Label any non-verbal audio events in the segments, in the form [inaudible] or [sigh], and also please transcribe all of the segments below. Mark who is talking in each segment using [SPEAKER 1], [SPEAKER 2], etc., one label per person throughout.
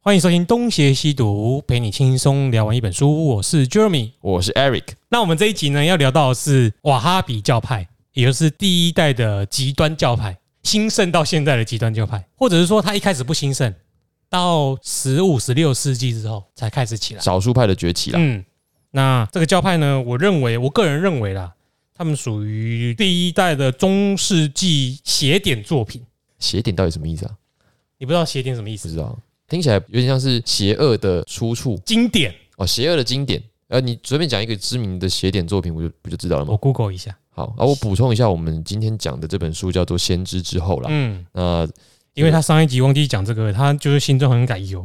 [SPEAKER 1] 欢迎收听《东邪西毒》，陪你轻松聊完一本书。我是 Jeremy。
[SPEAKER 2] 我是 Eric，
[SPEAKER 1] 那我们这一集呢，要聊到的是瓦哈比教派，也就是第一代的极端教派，兴盛到现在的极端教派，或者是说它一开始不兴盛，到十五、十六世纪之后才开始起来。
[SPEAKER 2] 少数派的崛起啦。
[SPEAKER 1] 嗯，那这个教派呢，我认为，我个人认为啦，他们属于第一代的中世纪邪典作品。
[SPEAKER 2] 邪典到底什么意思啊？
[SPEAKER 1] 你不知道邪典什么意
[SPEAKER 2] 不
[SPEAKER 1] 思？
[SPEAKER 2] 知道，听起来有点像是邪恶的出处
[SPEAKER 1] 经典，
[SPEAKER 2] 哦，邪恶的经典。呃，你随便讲一个知名的邪典作品，我就不就知道了吗
[SPEAKER 1] 我？Google 一下。
[SPEAKER 2] 好，啊，我补充一下，我们今天讲的这本书叫做《先知之后》啦。
[SPEAKER 1] 嗯，
[SPEAKER 2] 那
[SPEAKER 1] 因为他上一集忘记讲这个，他就是心中很感忧。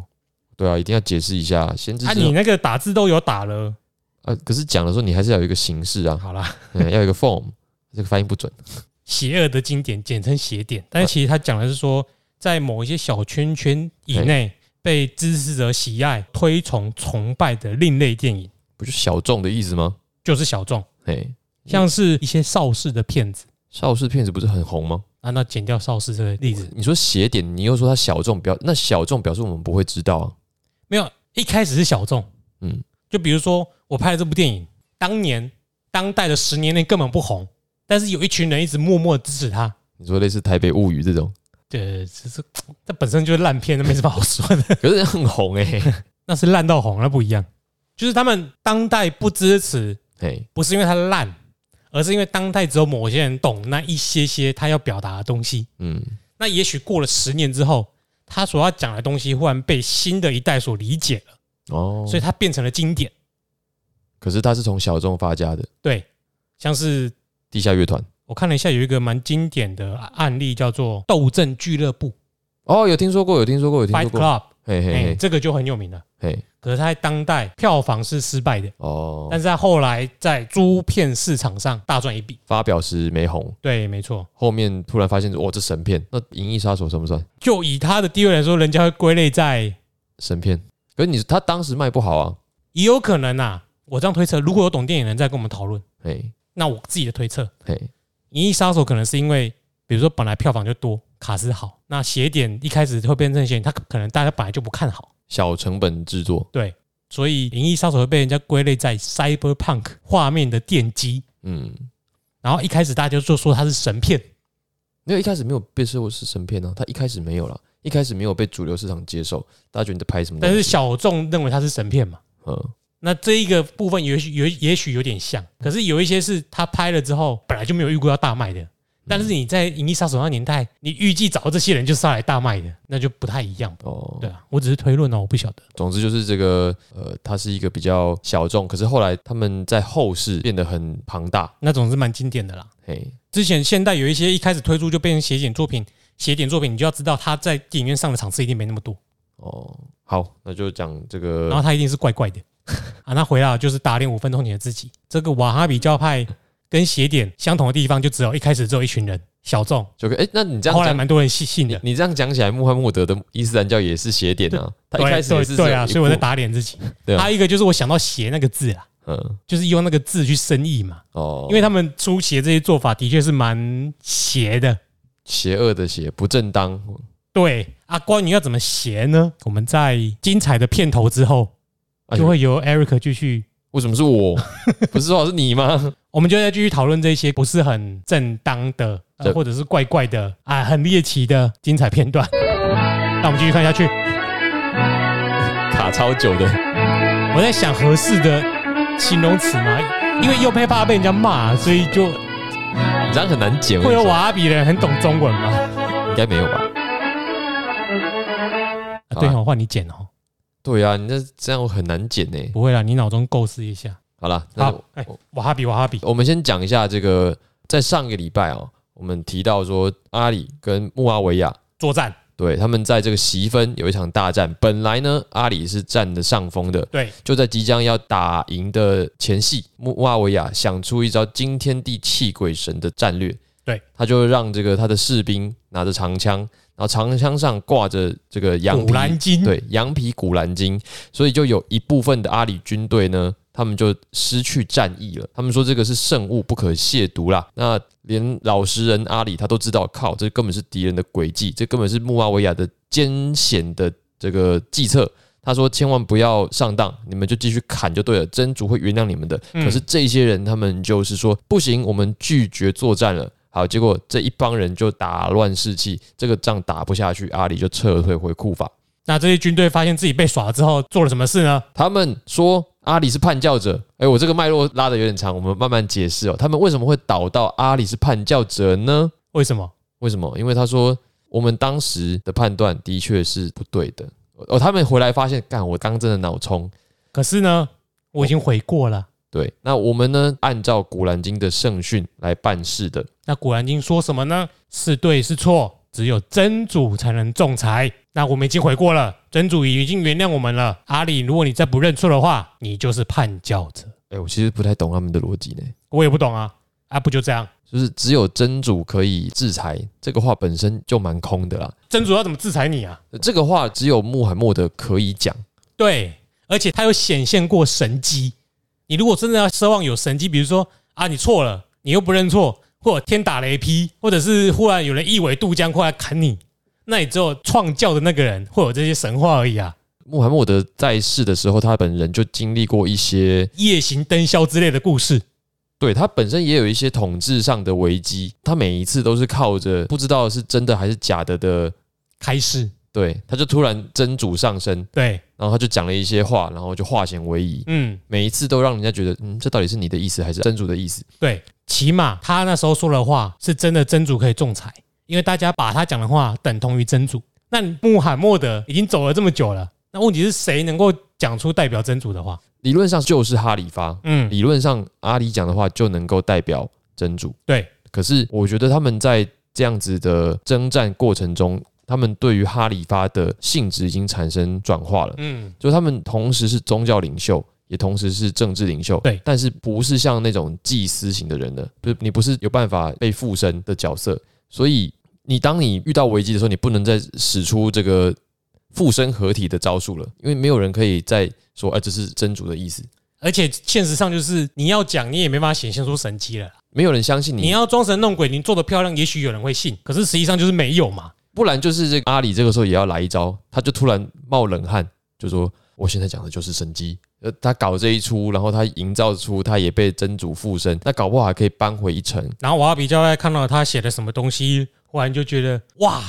[SPEAKER 2] 对啊，一定要解释一下《先知
[SPEAKER 1] 啊，
[SPEAKER 2] 之后
[SPEAKER 1] 你》那个打字都有打了，
[SPEAKER 2] 啊。可是讲的时候，你还是要有一个形式啊，
[SPEAKER 1] 好啦。
[SPEAKER 2] 嗯要有一个 form。这个发音不准，
[SPEAKER 1] 邪恶的经典，简称邪典。但是其实他讲的是说，在某一些小圈圈以内被支持者喜爱、推崇、崇拜的另类电影，
[SPEAKER 2] 不就小众的意思吗？
[SPEAKER 1] 就是小众，
[SPEAKER 2] 哎，
[SPEAKER 1] 像是一些邵氏的片子
[SPEAKER 2] 邵氏片子不是很红吗？
[SPEAKER 1] 啊。那剪掉邵氏这个例子，
[SPEAKER 2] 你说邪典，你又说它小众，表那小众表示我们不会知道啊。
[SPEAKER 1] 没有一开始是小众，
[SPEAKER 2] 嗯，
[SPEAKER 1] 就比如说我拍的这部电影，当年当代的十年内根本不红，但是有一群人一直默默地支持他。
[SPEAKER 2] 你说类似《台北物语》这
[SPEAKER 1] [laughs]
[SPEAKER 2] 种，
[SPEAKER 1] 对，这是这本身就是烂片，那没什么好说的。 [laughs]
[SPEAKER 2] 可是很红哎、欸，
[SPEAKER 1] 那是烂到红，那不一样。就是他们当代不支持
[SPEAKER 2] 嘿
[SPEAKER 1] 不是因为它烂，而是因为当代只有某些人懂那一些些他要表达的东西。
[SPEAKER 2] 嗯，
[SPEAKER 1] 那也许过了十年之后，他所要讲的东西忽然被新的一代所理解了，
[SPEAKER 2] 哦，
[SPEAKER 1] 所以它变成了经典。
[SPEAKER 2] 可是它是从小众发家的
[SPEAKER 1] 对，像是
[SPEAKER 2] 地下乐团，
[SPEAKER 1] 我看了一下，有一个蛮经典的案例叫做《斗阵俱乐部
[SPEAKER 2] 哦，有听说过，有听说过，有》听
[SPEAKER 1] （Fight
[SPEAKER 2] 说过，
[SPEAKER 1] Club），
[SPEAKER 2] 嘿
[SPEAKER 1] 哎、
[SPEAKER 2] 嘿嘿
[SPEAKER 1] 这个就很有名了。
[SPEAKER 2] 嘿，
[SPEAKER 1] 可是它在当代票房是失败的，
[SPEAKER 2] 哦
[SPEAKER 1] 但，是它后来在租片市场上大赚一笔。
[SPEAKER 2] 发表时没红，
[SPEAKER 1] 对，没错。
[SPEAKER 2] 后面突然发现，哦哇，这神片，那《银翼杀手》算不算
[SPEAKER 1] 就以它的地位来说，人家会归类在
[SPEAKER 2] 神片？可是你他当时卖不好啊，
[SPEAKER 1] 也有可能啊，我这样推测，如果有懂电影的人在跟我们讨论，
[SPEAKER 2] 嘿
[SPEAKER 1] 那我自己的推测，《
[SPEAKER 2] 嘿，
[SPEAKER 1] 银翼杀手》可能是因为，比如说本来票房就多，卡斯好，那邪典一开始会变成邪典，它可能大家本来就不看好，
[SPEAKER 2] 小成本制作，
[SPEAKER 1] 对，所以《银翼杀手》会被人家归类在 cyberpunk 画面的奠基，
[SPEAKER 2] 嗯，
[SPEAKER 1] 然后一开始大家就说说它是神片，
[SPEAKER 2] 因为一开始没有被视为是神片啊，他一开始没有啦，一开始没有被主流市场接受，大家觉得你在拍什么东
[SPEAKER 1] 但
[SPEAKER 2] 西？
[SPEAKER 1] 是小众认为它是神片嘛，
[SPEAKER 2] 嗯，
[SPEAKER 1] 那这一个部分也许有也许有点像，可是有一些是他拍了之后本来就没有预估要大卖的，但是你在《银翼杀手》那年代，你预计找这些人就是要来大卖的，那就不太一样。
[SPEAKER 2] 哦，
[SPEAKER 1] 对啊，我只是推论哦，我不晓得。
[SPEAKER 2] 总之就是这个，呃，它是一个比较小众，可是后来他们在后世变得很庞大，
[SPEAKER 1] 那种是蛮经典的啦。
[SPEAKER 2] 嘿，
[SPEAKER 1] 之前现代有一些一开始推出就变成写点作品，写点作品你就要知道他在电影院上的场次一定没那么多，
[SPEAKER 2] 哦，好，那就讲这
[SPEAKER 1] 然后
[SPEAKER 2] 个，
[SPEAKER 1] 他一定是怪怪的 [laughs] 啊。那回来就是打脸五分钟前的自己。这个瓦哈比教派跟写点相同的地方，就只有一开始只有一群人小众，
[SPEAKER 2] 就哎、那你这样
[SPEAKER 1] 后来
[SPEAKER 2] 讲，
[SPEAKER 1] 蛮多人信信的
[SPEAKER 2] 你。你这样讲起来，穆罕默德的伊斯兰教也是邪典啊，他一
[SPEAKER 1] 对
[SPEAKER 2] 开始也是
[SPEAKER 1] 对对
[SPEAKER 2] 只有
[SPEAKER 1] 啊，
[SPEAKER 2] 一
[SPEAKER 1] 所以我在
[SPEAKER 2] 部，
[SPEAKER 1] 打脸自己。
[SPEAKER 2] 对啊
[SPEAKER 1] 还有一个就是我想到“邪”那个字啊，
[SPEAKER 2] 嗯，
[SPEAKER 1] 就是用那个字去生意嘛，
[SPEAKER 2] 哦，
[SPEAKER 1] 因为他们出邪这些做法的确是蛮邪的。
[SPEAKER 2] 邪恶的邪，不正当，
[SPEAKER 1] 对啊，关于要怎么邪呢？我们在精彩的片头之后，
[SPEAKER 2] 哎呦
[SPEAKER 1] 就会由 Eric 继续，
[SPEAKER 2] 为什么是
[SPEAKER 1] [laughs]
[SPEAKER 2] 我？不是说好是你吗？
[SPEAKER 1] 我们就再继续讨论这些不是很正当的，呃
[SPEAKER 2] 对
[SPEAKER 1] 或者是怪怪的啊，很猎奇的精彩片段。那我们继续看下去。
[SPEAKER 2] 卡超久的，
[SPEAKER 1] 我在想合适的形容词嘛，因为又怕怕被人家骂，所以就
[SPEAKER 2] 你这样很难剪，我
[SPEAKER 1] 会
[SPEAKER 2] 跟你
[SPEAKER 1] 有啊
[SPEAKER 2] 说
[SPEAKER 1] 瓦阿比的人很懂中文吗？
[SPEAKER 2] 应该没有吧？
[SPEAKER 1] 啊、
[SPEAKER 2] 好
[SPEAKER 1] 对
[SPEAKER 2] 啦
[SPEAKER 1] 哦，换你剪哦。
[SPEAKER 2] 对啊，你这这样很难剪呢。
[SPEAKER 1] 不会啦，你脑中构思一下。
[SPEAKER 2] 好啦，那
[SPEAKER 1] 好，哎、瓦哈比，瓦哈比，
[SPEAKER 2] 我们先讲一下这个，在上个礼拜哦，我们提到说阿里跟穆阿维亚
[SPEAKER 1] 作战，
[SPEAKER 2] 对他们在这个席分有一场大战。本来呢，阿里是占的上风的，
[SPEAKER 1] 对，
[SPEAKER 2] 就在即将要打赢的前夕，穆阿维亚想出一招惊天地泣鬼神的战略。
[SPEAKER 1] 对，
[SPEAKER 2] 他就让这个他的士兵拿着长枪，然后长枪上挂着这个羊
[SPEAKER 1] 古
[SPEAKER 2] 皮
[SPEAKER 1] 兰经，，
[SPEAKER 2] 对，羊皮古兰经，所以就有一部分的阿里军队呢，他们就失去战意了。他们说这个是圣物，不可亵渎啦。那连老实人阿里他都知道，靠，这根本是敌人的诡计，这根本是穆阿维亚的艰险的这个计策。他说：“千万不要上当，你们就继续砍就对了，真主会原谅你们的。”
[SPEAKER 1] 嗯
[SPEAKER 2] 可是这些人，他们就是说不行，我们拒绝作战了。好，结果这一帮人就打乱士气，这个仗打不下去，阿里就撤退回库法。
[SPEAKER 1] 那这些军队发现自己被耍了之后，做了什么事呢？
[SPEAKER 2] 他们说阿里是叛教者。哎、我这个脉络拉的有点长，我们慢慢解释哦。他们为什么会导到阿里是叛教者呢？
[SPEAKER 1] 为什么？
[SPEAKER 2] 为什么？因为他说我们当时的判断的确是不对的。哦，他们回来发现，干，我刚真的脑冲。
[SPEAKER 1] 可是呢，我已经悔过了。
[SPEAKER 2] 对，那我们呢，按照《古兰经》的圣训来办事的。
[SPEAKER 1] 那《古兰经》说什么呢？是对是错，只有真主才能仲裁。那我们已经悔过了，真主已经原谅我们了。阿里，如果你再不认错的话，你就是叛教者。
[SPEAKER 2] 哎、我其实不太懂他们的逻辑呢，
[SPEAKER 1] 我也不懂啊，啊，不就这样？
[SPEAKER 2] 就是只有真主可以制裁，这个话本身就蛮空的啦。
[SPEAKER 1] 真主要怎么制裁你啊？
[SPEAKER 2] 这个话只有穆罕默德可以讲。
[SPEAKER 1] 对，而且他有显现过神机。你如果真的要奢望有神机，比如说啊，你错了，你又不认错，或者天打雷劈，或者是忽然有人一苇渡江过来砍你，那你只有创教的那个人会有这些神话而已啊。
[SPEAKER 2] 穆罕默德在世的时候，他本人就经历过一些，
[SPEAKER 1] 夜行灯宵之类的故事，
[SPEAKER 2] 对他本身也有一些统治上的危机。他每一次都是靠着不知道是真的还是假的的，
[SPEAKER 1] 开始
[SPEAKER 2] 对，他就突然真主上身，
[SPEAKER 1] 对，
[SPEAKER 2] 然后他就讲了一些话，然后就化险为夷。
[SPEAKER 1] 嗯，
[SPEAKER 2] 每一次都让人家觉得，嗯，这到底是你的意思还是真主的意思？
[SPEAKER 1] 对，起码他那时候说的话是真的，真主可以仲裁，因为大家把他讲的话等同于真主。那穆罕默德已经走了这么久了，那问题是谁能够讲出代表真主的话？
[SPEAKER 2] 理论上就是哈里发，
[SPEAKER 1] 嗯，
[SPEAKER 2] 理论上阿里讲的话就能够代表真主。
[SPEAKER 1] 对，
[SPEAKER 2] 可是我觉得他们在这样子的征战过程中，他们对于哈里发的性质已经产生转化了。
[SPEAKER 1] 嗯，
[SPEAKER 2] 就他们同时是宗教领袖，也同时是政治领袖，
[SPEAKER 1] 对
[SPEAKER 2] 但是不是像那种祭司型的人呢？不是，你不是有办法被附身的角色，所以你当你遇到危机的时候，你不能再使出这个附身合体的招数了，因为没有人可以再说，哎、这是真主的意思，
[SPEAKER 1] 而且现实上就是你要讲，你也没办法显现出神机了。
[SPEAKER 2] 没有人相信
[SPEAKER 1] 你
[SPEAKER 2] 你，
[SPEAKER 1] 要装神弄鬼，你做的漂亮，也许有人会信，可是实际上就是没有嘛。
[SPEAKER 2] 不然就是这个阿里这个时候也要来一招，他就突然冒冷汗，就说我现在讲的就是神机。呃，他搞这一出，然后他营造出他也被真主附身，那搞不好还可以扳回一城。
[SPEAKER 1] 然后瓦哈比教派看到他写的什么东西，忽然就觉得哇，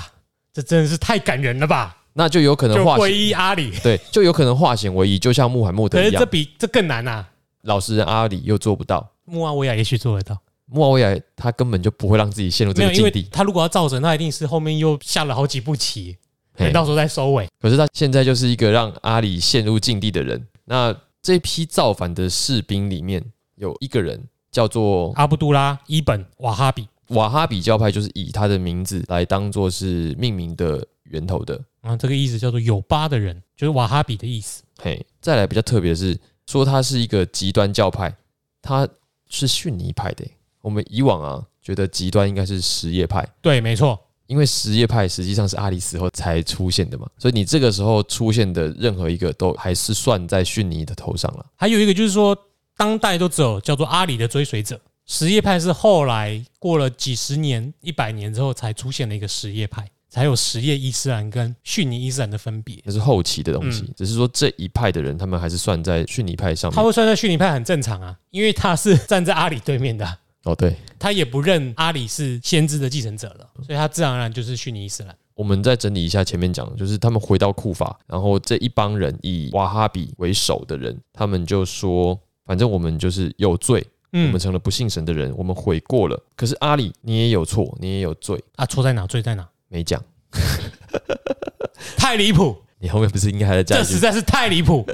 [SPEAKER 1] 这真的是太感人了吧。
[SPEAKER 2] 那就有可
[SPEAKER 1] 就
[SPEAKER 2] 能化
[SPEAKER 1] 皈
[SPEAKER 2] 险，
[SPEAKER 1] 依阿里。
[SPEAKER 2] 对，就有可能化险为夷，就像穆罕默
[SPEAKER 1] 可
[SPEAKER 2] 德
[SPEAKER 1] 是
[SPEAKER 2] 一
[SPEAKER 1] 这
[SPEAKER 2] 样。
[SPEAKER 1] 比这更难啊！
[SPEAKER 2] 老实人阿里又做不到，
[SPEAKER 1] 穆阿维亚也许做得到，
[SPEAKER 2] 穆阿维亚他根本就不会让自己陷入
[SPEAKER 1] 没
[SPEAKER 2] 这
[SPEAKER 1] 有，
[SPEAKER 2] 个
[SPEAKER 1] 因
[SPEAKER 2] 境
[SPEAKER 1] 为
[SPEAKER 2] 地。
[SPEAKER 1] 他如果要造成，他一定是后面又下了好几步棋，
[SPEAKER 2] 嘿
[SPEAKER 1] 等到时候再收尾。
[SPEAKER 2] 可是他现在就是一个让阿里陷入境地的人。那这批造反的士兵里面有一个人叫做
[SPEAKER 1] 阿布杜拉、伊本、瓦哈比，
[SPEAKER 2] 瓦哈比教派，就是以他的名字来当做是命名的源头的。
[SPEAKER 1] 啊，这个意思叫做有巴的人，就是瓦哈比的意思。
[SPEAKER 2] 嘿，再来比较特别的是，说他是一个极端教派，他是逊尼派的。我们以往啊，觉得极端应该是什叶派。
[SPEAKER 1] 对，没错，
[SPEAKER 2] 因为什叶派实际上是阿里死后才出现的嘛，所以你这个时候出现的任何一个都还是算在逊尼的头上了。
[SPEAKER 1] 还有一个就是说，当代都只有叫做阿里的追随者，什叶派是后来过了几十年、一百年之后才出现的一个什叶派，才有什叶伊斯兰跟逊尼伊斯兰的分别。
[SPEAKER 2] 那是后期的东西，只是说这一派的人，他们还是算在逊尼派上
[SPEAKER 1] 嗯他
[SPEAKER 2] 面。
[SPEAKER 1] 会算在逊尼派很正常啊，因为他是站在阿里对面的啊、
[SPEAKER 2] 哦，对，
[SPEAKER 1] 他也不认阿里是先知的继承者了，所以他自然而然就是逊尼伊斯兰。
[SPEAKER 2] 我们再整理一下前面讲的，就是他们回到库法，然后这一帮人以瓦哈比为首的人，他们就说，反正我们就是有罪，我
[SPEAKER 1] 嗯
[SPEAKER 2] 们成了不信神的人，我们悔过了。可是阿里，你也有错，你也有罪，
[SPEAKER 1] 啊，错在哪？罪在哪？
[SPEAKER 2] 没讲。
[SPEAKER 1] 太离谱，
[SPEAKER 2] 你后面不是应该还在加
[SPEAKER 1] 这
[SPEAKER 2] 一
[SPEAKER 1] 实
[SPEAKER 2] 句，
[SPEAKER 1] 在是太离谱。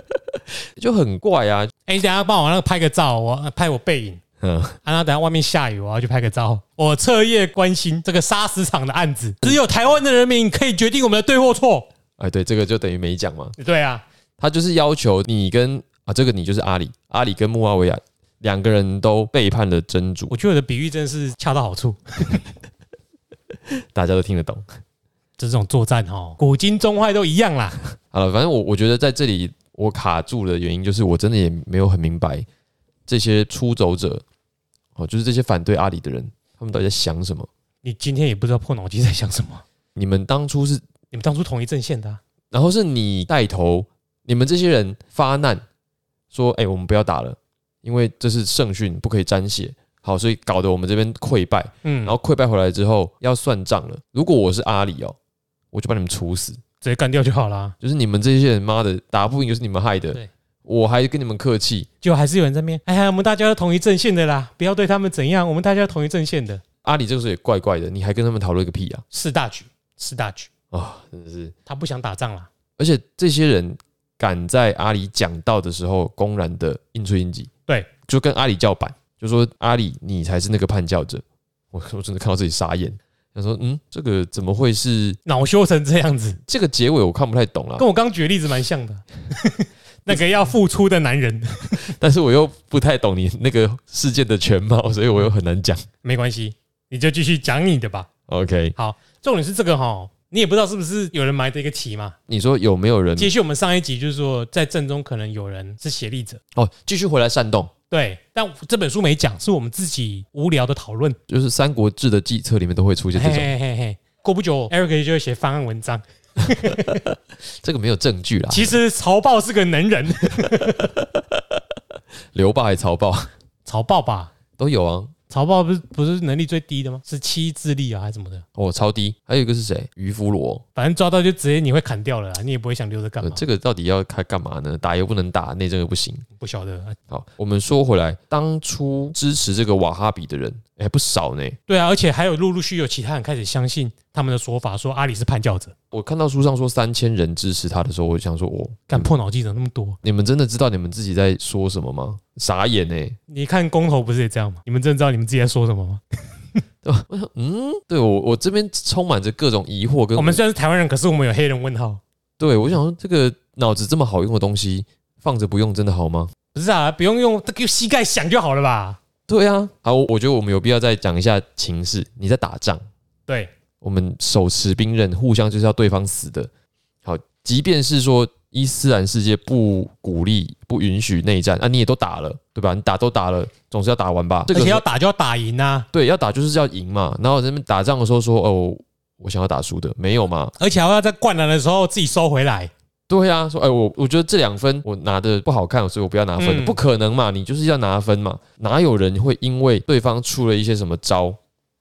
[SPEAKER 2] 就很怪啊。
[SPEAKER 1] 哎、你等一下帮我那个拍个照，我呃拍我背影。
[SPEAKER 2] 嗯，
[SPEAKER 1] 啊，然后等一下外面下雨，我要去拍个照。我彻夜关心这个砂石场的案子，只有台湾的人民可以决定我们的对或错。
[SPEAKER 2] 哎，对，这个就等于没讲嘛。
[SPEAKER 1] 对啊，
[SPEAKER 2] 他就是要求你跟啊，这个你就是阿里，阿里跟穆阿维亚两个人都背叛了真主，
[SPEAKER 1] 我觉得我的比喻真的是恰到好处。
[SPEAKER 2] 大家都听得懂。
[SPEAKER 1] 这种作战哦，古今中外都一样啦。
[SPEAKER 2] 好了，反正我我觉得在这里我卡住的原因就是我真的也没有很明白这些出走者，哦，就是这些反对阿里的人，他们到底在想什么？
[SPEAKER 1] 你今天也不知道破脑筋在想什么。
[SPEAKER 2] 你们当初是
[SPEAKER 1] 你们当初同一阵线的啊、
[SPEAKER 2] 然后是你带头，你们这些人发难，说：“哎、我们不要打了，因为这是圣训，不可以沾血。”好，所以搞得我们这边溃败，
[SPEAKER 1] 嗯，
[SPEAKER 2] 然
[SPEAKER 1] 然后
[SPEAKER 2] 后溃败回来之后要算账了。如果我是阿里哦，我就把你们处死。
[SPEAKER 1] 直接干掉就好啦。
[SPEAKER 2] 就是你们这些人，妈的打不赢就是你们害的
[SPEAKER 1] 对，
[SPEAKER 2] 我还跟你们客气。
[SPEAKER 1] 就还是有人在面，哎呀，我们大家都同一阵线的啦，不要对他们怎样，我们大家同一阵线的，
[SPEAKER 2] 阿里这个时候也怪怪啊的，你还跟他们讨论个屁啊！
[SPEAKER 1] 是大局，是大局，
[SPEAKER 2] 啊，真的是，
[SPEAKER 1] 他不想打仗啦。
[SPEAKER 2] 而且这些人敢在阿里讲道的时候公然的应出应激，
[SPEAKER 1] 对，
[SPEAKER 2] 就跟阿里叫板，就说阿里你才是那个叛教者。我我真的看到自己傻眼，想说嗯，这个怎么会是
[SPEAKER 1] 恼羞成这样子，
[SPEAKER 2] 这个结尾？我看不太懂啊啦
[SPEAKER 1] 跟，我刚举的例子蛮像的。 [laughs] 那个要付出的男人，
[SPEAKER 2] 但是我又不太懂你那个事件的全貌， [laughs] 所以我又很难讲。
[SPEAKER 1] 没关系，你就继续讲你的吧。
[SPEAKER 2] OK，
[SPEAKER 1] 重点是这个哈，你也不知道是不是有人埋的一个棋嘛。
[SPEAKER 2] 你说有没有人
[SPEAKER 1] 接续我们上一集就是说，在正中可能有人是协力者，
[SPEAKER 2] 哦？继续回来煽动，
[SPEAKER 1] 对，但这本书没讲，是我们自己无聊的讨论。
[SPEAKER 2] 就是《三国志》的计策里面都会出现这
[SPEAKER 1] 嘿
[SPEAKER 2] 种，啊
[SPEAKER 1] 嘿嘿嘿，过不久，Eric 就会写方案文章。
[SPEAKER 2] 这个没有证据啦。
[SPEAKER 1] 其实曹豹是个能人，
[SPEAKER 2] 刘霸还曹豹
[SPEAKER 1] 曹豹吧，
[SPEAKER 2] 都有啊，
[SPEAKER 1] 曹豹不是不是能力最低的吗？是七智力啊，还是什么的？
[SPEAKER 2] 哦，超
[SPEAKER 1] 嗯
[SPEAKER 2] 低。还有一个是谁？渔夫罗。
[SPEAKER 1] 反正抓到就直接你会砍掉了啦，你也不会想留着干
[SPEAKER 2] 呃
[SPEAKER 1] 嘛？
[SPEAKER 2] 这个到底要开干嘛呢？打又不能打，内政又不行。
[SPEAKER 1] 不晓得。
[SPEAKER 2] 好，我们说回来，当初支持这个瓦哈比的人还不少呢。
[SPEAKER 1] 对啊，而且还有陆陆续续有其他人开始相信他们的说法，说阿里是叛教者。
[SPEAKER 2] 我看到书上说三千人支持他的时候，我就想说，哦，
[SPEAKER 1] 干破脑筋怎么那么多？
[SPEAKER 2] 你们真的知道你们自己在说什么吗？傻眼呢、
[SPEAKER 1] 你看公投不是也这样吗？你们真的知道你们自己在说什么吗？
[SPEAKER 2] 嗯对我，我这边充满着各种疑惑跟
[SPEAKER 1] 嗯我们虽然是台湾人，可是我们有黑人问号。
[SPEAKER 2] 对我想说，这个脑子这么好用的东西放着不用，真的好吗？
[SPEAKER 1] 不是啊，不用用这个膝盖想就好了吧？
[SPEAKER 2] 对啊，好，我觉得我们有必要再讲一下情势。你在打仗，
[SPEAKER 1] 对，
[SPEAKER 2] 我们手持兵刃，互相就是要对方死的。好，即便是说伊斯兰世界不鼓励、不允许内战啊，你也都打了，对吧？你打都打了，总是要打完吧。这
[SPEAKER 1] 而
[SPEAKER 2] 个
[SPEAKER 1] 且
[SPEAKER 2] 时
[SPEAKER 1] 要
[SPEAKER 2] 候
[SPEAKER 1] 打就要打赢啊，
[SPEAKER 2] 对要打就是要赢嘛。然后人们打仗的时候说：“哦，我想要打输的，没有嘛
[SPEAKER 1] 而且还要在灌篮的时候自己收回来。？”
[SPEAKER 2] 对啊，说：“哎，我我觉得这两分我拿的不好看，所以我不要拿分的。
[SPEAKER 1] 嗯
[SPEAKER 2] 不可能嘛，你就是要拿分嘛。哪有人会因为对方出了一些什么招，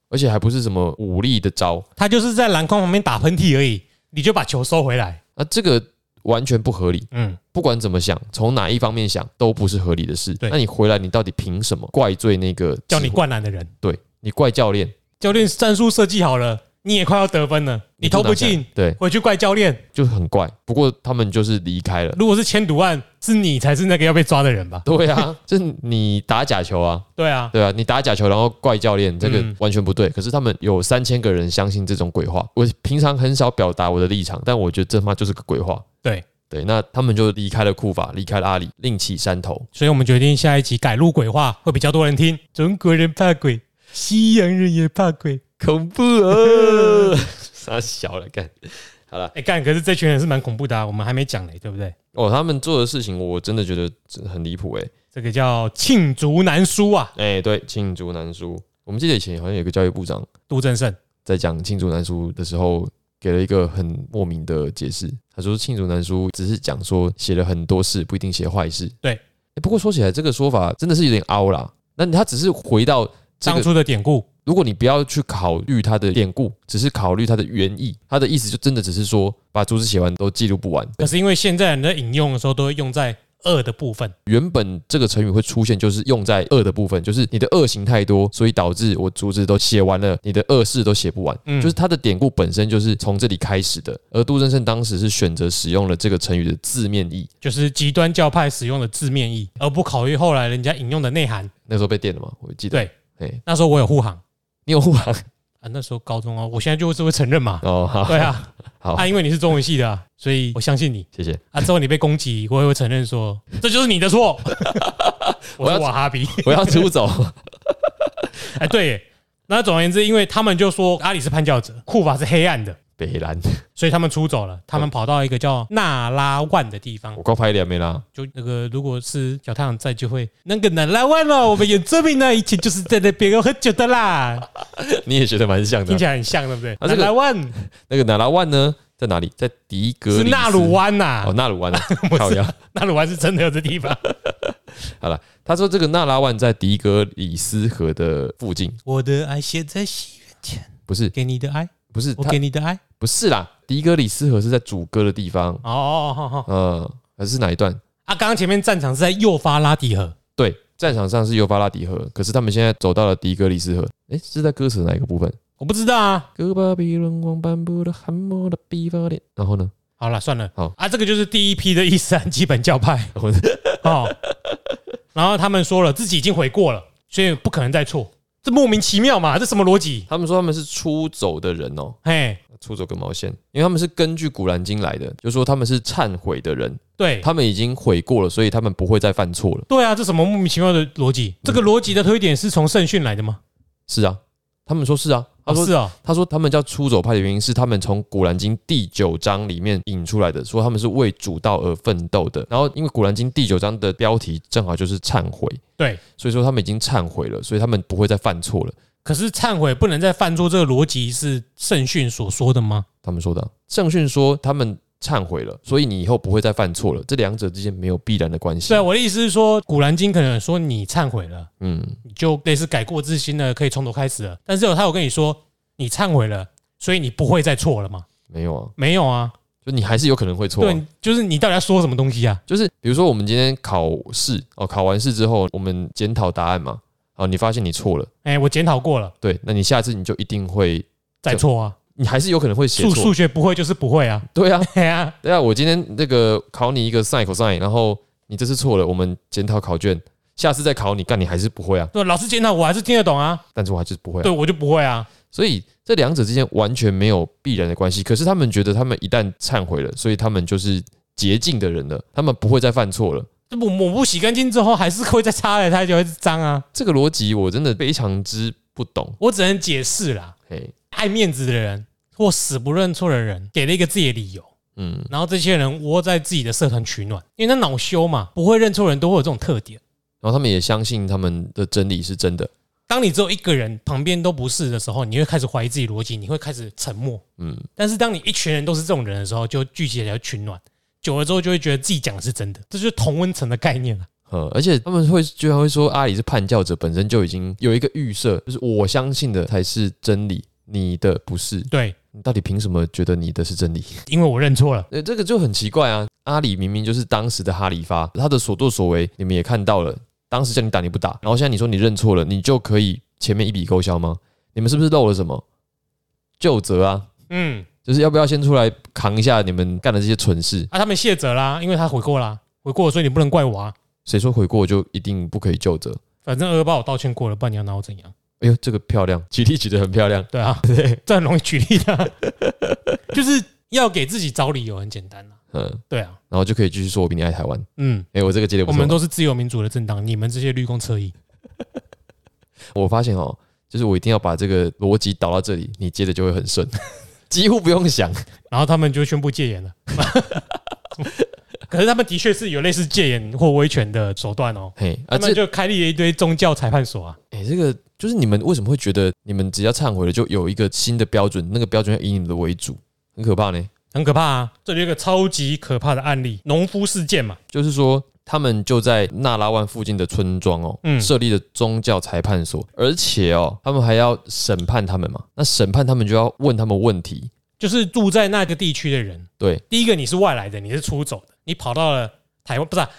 [SPEAKER 2] 而且还不是什么武力的招，
[SPEAKER 1] 他就是在篮筐旁边打喷嚏而已，你就把球收回来。
[SPEAKER 2] 那这个完全不合理。
[SPEAKER 1] 嗯，
[SPEAKER 2] 不管怎么想，从哪一方面想都不是合理的事。
[SPEAKER 1] 对
[SPEAKER 2] 那你回来，你到底凭什么怪罪那个
[SPEAKER 1] 叫你
[SPEAKER 2] 指挥？
[SPEAKER 1] 灌篮的人，
[SPEAKER 2] 对你怪教练，
[SPEAKER 1] 教练战术设计好了，你也快要得分了，你投不进，，
[SPEAKER 2] 对，
[SPEAKER 1] 回去怪教练。
[SPEAKER 2] 就很怪。不过他们就是离开了。
[SPEAKER 1] 如果是千赌案，是你才是那个要被抓的人吧？
[SPEAKER 2] 对啊， [laughs] 就是你打假球啊，
[SPEAKER 1] 对啊，
[SPEAKER 2] 对啊，你打假球，然后怪教练，这个
[SPEAKER 1] 嗯
[SPEAKER 2] 完全不对。可是他们有三千个人相信这种鬼话。我平常很少表达我的立场，但我觉得这他妈就是个鬼话。
[SPEAKER 1] 对
[SPEAKER 2] 对，那他们就离开了库法，离开了阿里，另起山头。
[SPEAKER 1] 所以我们决定下一集改录鬼话，会比较多人听。中国人怕鬼，西洋人也怕鬼。
[SPEAKER 2] 恐怖 [laughs] 哦，傻小了，干。好了，
[SPEAKER 1] 哎、干！可是这群人是蛮恐怖的啊，我们还没讲嘞，对不对？
[SPEAKER 2] 哦，他们做的事情我真的觉得真的很离谱哎
[SPEAKER 1] 这个叫罄竹难书啊，
[SPEAKER 2] 哎，对，罄竹难书。我们记得以前好像有一个教育部长
[SPEAKER 1] 杜正胜。
[SPEAKER 2] 在讲罄竹难书的时候，给了一个很莫名的解释。他说罄竹难书只是讲说写了很多事，不一定写坏事。
[SPEAKER 1] 对
[SPEAKER 2] 哎，不过说起来这个说法真的是有点凹啦。那他只是回到这
[SPEAKER 1] 当
[SPEAKER 2] 个，
[SPEAKER 1] 初的典故，
[SPEAKER 2] 如果你不要去考虑他的典故，只是考虑他的原意，他的意思就真的只是说把竹子写完都记录不完。
[SPEAKER 1] 可是因为现在人在引用的时候都会用在恶的部分，
[SPEAKER 2] 原本这个成语会出现，就是用在恶的部分，就是你的恶行太多，所以导致我竹子都写完了，你的恶事都写不完。
[SPEAKER 1] 嗯
[SPEAKER 2] 就是它的典故本身就是从这里开始的。而杜振胜当时是选择使用了这个成语的字面意，
[SPEAKER 1] 就是极端教派使用的字面意，而不考虑后来人家引用的内涵。
[SPEAKER 2] 那时候被电了嘛，我记得。
[SPEAKER 1] 对，
[SPEAKER 2] 哎，
[SPEAKER 1] 那时候我有护航
[SPEAKER 2] 你有护
[SPEAKER 1] [laughs]
[SPEAKER 2] 航
[SPEAKER 1] 啊，那时候高中哦，我现在就是会承认嘛。
[SPEAKER 2] [laughs] 哦，好，
[SPEAKER 1] 对啊，
[SPEAKER 2] 好，
[SPEAKER 1] 啊，因为你是中文系的、啊，所以我相信你。
[SPEAKER 2] 谢谢。
[SPEAKER 1] 啊，之后你被攻击，我也会承认 [laughs] 说这就是你的错。我
[SPEAKER 2] 我要
[SPEAKER 1] 是瓦哈比，
[SPEAKER 2] 我要出走。 [laughs]
[SPEAKER 1] 哎，对耶。那总而言之，因为他们就说阿里是叛教者，库法是黑暗的，
[SPEAKER 2] 北兰，
[SPEAKER 1] 所以他们出走了。他们跑到一个叫纳拉万的地方
[SPEAKER 2] 我，光拍脸没啦。
[SPEAKER 1] 就那个如果是小太阳在，就会那个纳拉万哦了。我们原住民呢，以前就是在那边喝酒的啦， [laughs]
[SPEAKER 2] 你也学得蛮像的
[SPEAKER 1] 听起。来很像，对不对？
[SPEAKER 2] 啊
[SPEAKER 1] 纳
[SPEAKER 2] 这个
[SPEAKER 1] 拉万，
[SPEAKER 2] 那个哪拉万呢，在哪里？在迪格
[SPEAKER 1] 是
[SPEAKER 2] 里斯
[SPEAKER 1] 纳鲁湾呐、
[SPEAKER 2] 哦，纳鲁湾啊，
[SPEAKER 1] [laughs] 不
[SPEAKER 2] 靠
[SPEAKER 1] 是
[SPEAKER 2] 腰
[SPEAKER 1] 纳鲁湾是真的有这地方。
[SPEAKER 2] 他说这个纳拉万在迪格里斯河的附近，
[SPEAKER 1] 我的爱写在西元前，
[SPEAKER 2] 不是
[SPEAKER 1] 给你的爱，
[SPEAKER 2] 不是
[SPEAKER 1] 我
[SPEAKER 2] 他
[SPEAKER 1] 给你的爱。
[SPEAKER 2] 不是啦，迪格里斯河是在主歌的地方，
[SPEAKER 1] 哦哦哦哦，
[SPEAKER 2] 呃，还是哪一段？
[SPEAKER 1] 啊，刚刚前面战场是在幼发拉底河，
[SPEAKER 2] 对，战场上是尤发拉底河，可是他们现在走到了迪格里斯河。诶，是在歌词哪一个部分？
[SPEAKER 1] 我不知道啊。
[SPEAKER 2] 哥巴比伦王颁布了韩摩的比法典。然后呢？ [laughs]
[SPEAKER 1] 好了，算了，
[SPEAKER 2] 好
[SPEAKER 1] 啊，这个就是第一批的伊斯兰基本教派哦。然后他们说了，自己已经悔过了，所以不可能再错，这莫名其妙嘛，这什么逻辑？
[SPEAKER 2] 他们说他们是出走的人哦，
[SPEAKER 1] 嘿，
[SPEAKER 2] 出走跟毛线，因为他们是根据古兰经来的，就说他们是忏悔的人，
[SPEAKER 1] 对，
[SPEAKER 2] 他们已经悔过了，所以他们不会再犯错了。
[SPEAKER 1] 对啊，这什么莫名其妙的逻辑？这个逻辑的推点是从圣训来的吗？
[SPEAKER 2] 是啊，他们说是啊，他
[SPEAKER 1] 哦，
[SPEAKER 2] 说、
[SPEAKER 1] 是啊，
[SPEAKER 2] 他说他们叫出走派的原因是他们从《古兰经》第九章里面引出来的，说他们是为主道而奋斗的。然后因为《古兰经》第九章的标题正好就是忏悔，
[SPEAKER 1] 对。
[SPEAKER 2] 所以说他们已经忏悔了，所以他们不会再犯错了。
[SPEAKER 1] 可是忏悔不能再犯错，这个逻辑是圣训所说的吗？
[SPEAKER 2] 他们说的啊圣训说他们忏悔了，所以你以后不会再犯错了，这两者之间没有必然的关系
[SPEAKER 1] 对啊，。我的意思是说，《古兰经》可能说你忏悔了，
[SPEAKER 2] 嗯，
[SPEAKER 1] 你就类似改过自新了，可以从头开始了。但是有他有跟你说，你忏悔了，所以你不会再错了吗？
[SPEAKER 2] 没有啊，
[SPEAKER 1] 没有啊，
[SPEAKER 2] 就你还是有可能会错啊、
[SPEAKER 1] 对，就是你到底要说什么东西啊？
[SPEAKER 2] 就是比如说我们今天考试哦，考完试之后我们检讨答案嘛，哦，你发现你错了，
[SPEAKER 1] 哎，我检讨过了，
[SPEAKER 2] 对，那你下次你就一定会，
[SPEAKER 1] 再错啊，
[SPEAKER 2] 你还是有可能会写
[SPEAKER 1] 数
[SPEAKER 2] 错
[SPEAKER 1] 数，学不会就是不会啊， [laughs]
[SPEAKER 2] 对啊，
[SPEAKER 1] 对啊，
[SPEAKER 2] 对啊，我今天那个考你一个 sin cosine，然后你这次错了，我们检讨考卷，下次再考你，干你还是不会啊，
[SPEAKER 1] 对，老师检讨我还是听得懂啊，
[SPEAKER 2] 但是我还是不会、啊
[SPEAKER 1] 对，我就不会啊，
[SPEAKER 2] 所以这两者之间完全没有必然的关系。可是他们觉得他们一旦忏悔了，所以他们就是洁净的人了，他们不会再犯错了。
[SPEAKER 1] 这抹抹布洗干净之后，还是会再擦来擦去，还是脏啊。
[SPEAKER 2] 这个逻辑我真的非常之不懂。
[SPEAKER 1] 我只能解释啦，
[SPEAKER 2] 嘿，
[SPEAKER 1] 爱面子的人或死不认错的人，给了一个自己的理由，
[SPEAKER 2] 嗯，
[SPEAKER 1] 然后这些人窝在自己的社团取暖，因为他恼羞嘛，不会认错人都会有这种特点。
[SPEAKER 2] 然后他们也相信他们的真理是真的。
[SPEAKER 1] 当你只有一个人，旁边都不是的时候，你会开始怀疑自己逻辑，你会开始沉默。
[SPEAKER 2] 嗯，
[SPEAKER 1] 但是当你一群人都是这种人的时候，就聚集起来取暖，久了之后就会觉得自己讲的是真的， [laughs] 这就是同温层的概念啊了。
[SPEAKER 2] 呃，而且他们会居然会说阿里是叛教者，本身就已经有一个预设，就是我相信的才是真理，你的不是。
[SPEAKER 1] 对，
[SPEAKER 2] 你到底凭什么觉得你的是真理？
[SPEAKER 1] 因为我认错了，
[SPEAKER 2] 呃，这个就很奇怪啊！阿里明明就是当时的哈里发，他的所作所为你们也看到了，当时叫你打你不打，然后现在你说你认错了，你就可以前面一笔勾销吗？你们是不是漏了什么？就责啊，
[SPEAKER 1] 嗯，
[SPEAKER 2] 就是要不要先出来扛一下你们干的这些蠢事？
[SPEAKER 1] 啊，他们谢责啦，因为他悔过啦，悔过，所以你不能怪我啊。
[SPEAKER 2] 谁说悔过就一定不可以就责？
[SPEAKER 1] 反正二八我道歉过了，不然你要拿我怎样？
[SPEAKER 2] 哎呦，这个漂亮，举例举得很漂亮。
[SPEAKER 1] [laughs] 对啊，这很容易举例的 [laughs] 啊、就是要给自己找理由，很简单啦、
[SPEAKER 2] 嗯，
[SPEAKER 1] 对啊，
[SPEAKER 2] 然后就可以继续说我比你爱台湾。
[SPEAKER 1] 嗯，
[SPEAKER 2] 哎、我这个接的不
[SPEAKER 1] 我
[SPEAKER 2] 错。
[SPEAKER 1] 们都是自由民主的政党，你们这些绿共侧翼，
[SPEAKER 2] 我发现哦，就是我一定要把这个逻辑导到这里，你接的就会很顺， [laughs] 几乎不用想。
[SPEAKER 1] 然后他们就宣布戒严了。 [laughs] 可是他们的确是有类似戒严或威权的手段哦，
[SPEAKER 2] 嘿，
[SPEAKER 1] 他
[SPEAKER 2] 啊，这
[SPEAKER 1] 们就开立了一堆宗教裁判所啊。
[SPEAKER 2] 哎、这个就是你们为什么会觉得你们只要忏悔了就有一个新的标准，那个标准要以你们的为主，很可怕呢？
[SPEAKER 1] 很可怕啊！这里有一个超级可怕的案例，农夫事件嘛，
[SPEAKER 2] 就是说，他们就在纳拉万附近的村庄哦，
[SPEAKER 1] 嗯
[SPEAKER 2] 设立了宗教裁判所，而且哦，他们还要审判他们嘛。那审判他们就要问他们问题，
[SPEAKER 1] 就是住在那个地区的人。
[SPEAKER 2] 对，
[SPEAKER 1] 第一个你是外来的，你是出走的，你跑到了台湾，不是、啊、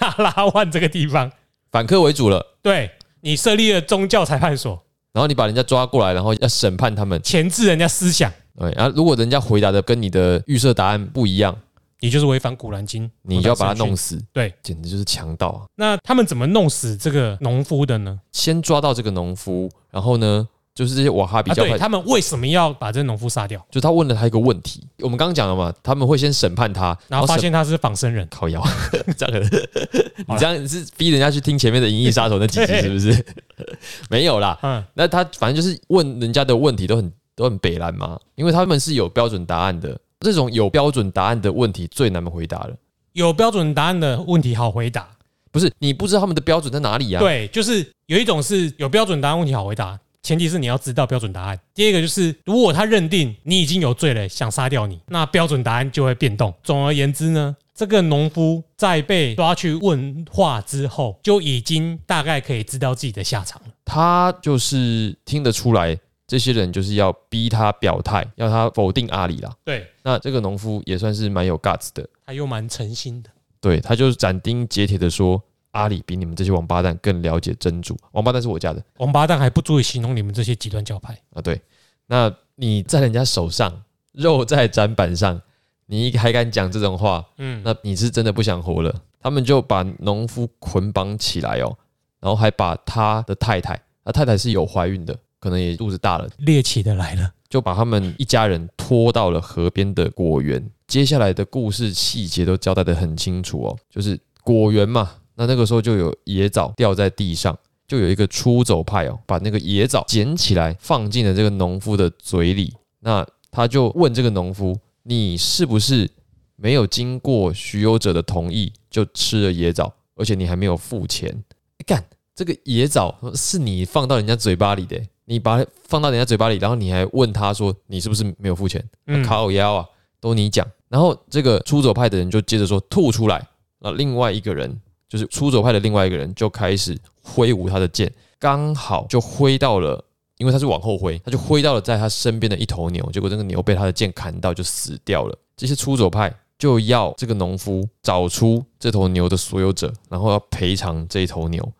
[SPEAKER 1] [laughs] 纳拉万这个地方，
[SPEAKER 2] 反客为主了。
[SPEAKER 1] 对你设立了宗教裁判所，
[SPEAKER 2] 然后你把人家抓过来，然后要审判他们。
[SPEAKER 1] 钳制人家思想，
[SPEAKER 2] 哎，啊，如果人家回答的跟你的预设答案不一样，
[SPEAKER 1] 你就是违反《古兰经》，
[SPEAKER 2] 你就要把他弄
[SPEAKER 1] 死。
[SPEAKER 2] 死。
[SPEAKER 1] 对，
[SPEAKER 2] 简直就是强盗啊！
[SPEAKER 1] 那他们怎么弄死这个农夫的呢？
[SPEAKER 2] 先抓到这个农夫，然后呢，就是这些瓦哈比
[SPEAKER 1] 啊，
[SPEAKER 2] 教派、
[SPEAKER 1] 对他们为什么要把这农夫杀掉？
[SPEAKER 2] 就他问了他一个问题，我们刚刚讲了嘛，他们会先审判他，
[SPEAKER 1] 然后发
[SPEAKER 2] 审
[SPEAKER 1] 现他哦是仿生人，
[SPEAKER 2] 靠腰， [laughs] 这样很
[SPEAKER 1] [laughs]
[SPEAKER 2] 你这样是逼人家去听前面的《银翼杀手》那几集
[SPEAKER 1] 对
[SPEAKER 2] 是不是？ [laughs] 没有啦，
[SPEAKER 1] 嗯，
[SPEAKER 2] 那他反正就是问人家的问题都很都很北蓝嘛，因为他们是有标准答案的，这种有标准答案的问题最难回答了。
[SPEAKER 1] 有标准答案的问题好回答，
[SPEAKER 2] 不是你不知道他们的标准在哪里啊？，
[SPEAKER 1] 对，就是有一种是有标准答案问题好回答，前提是你要知道标准答案。第二个就是，如果他认定你已经有罪了，想杀掉你，那标准答案就会变动。总而言之呢，这个农夫在被抓去问话之后，就已经大概可以知道自己的下场了。
[SPEAKER 2] 他就是听得出来，这些人就是要逼他表态，要他否定阿里啦。
[SPEAKER 1] 对，
[SPEAKER 2] 那这个农夫也算是蛮有 guts 的，
[SPEAKER 1] 他又蛮诚心的。
[SPEAKER 2] 对，他就斩钉截铁的说，阿里比你们这些王八蛋更了解真主，王八蛋是我家的
[SPEAKER 1] 王八蛋还不足以形容你们这些极端教派。
[SPEAKER 2] 啊。对，那你在人家手上，肉在砧板上，你还敢讲这种话？
[SPEAKER 1] 嗯，
[SPEAKER 2] 那你是真的不想活了。他们就把农夫捆绑起来哦，然后还把他的太太，他太太是有怀孕的，可能也肚子大了，
[SPEAKER 1] 猎奇的来了。
[SPEAKER 2] 就把他们一家人拖到了河边的果园。接下来的故事细节都交代得很清楚哦，就是果园嘛，那那个时候就有野枣掉在地上，就有一个出走派哦，把那个野枣捡起来放进了这个农夫的嘴里。那他就问这个农夫：“你是不是没有经过许有者的同意就吃了野枣，而且你还没有付钱？”欸干，这个野枣是你放到人家嘴巴里的欸、你把它放到人家嘴巴里，然后你还问他说你是不是没有付钱？
[SPEAKER 1] 嗯，
[SPEAKER 2] 烤腰啊，都你讲。然后这个出走派的人就接着说吐出来，那另外一个人就是出走派的另外一个人就开始挥舞他的剑，刚好就挥到了，因为他是往后挥，他就挥到了在他身边的一头牛，结果这个牛被他的剑砍到就死掉了。这些出走派就要这个农夫找出这头牛的所有者，然后要赔偿这一头牛。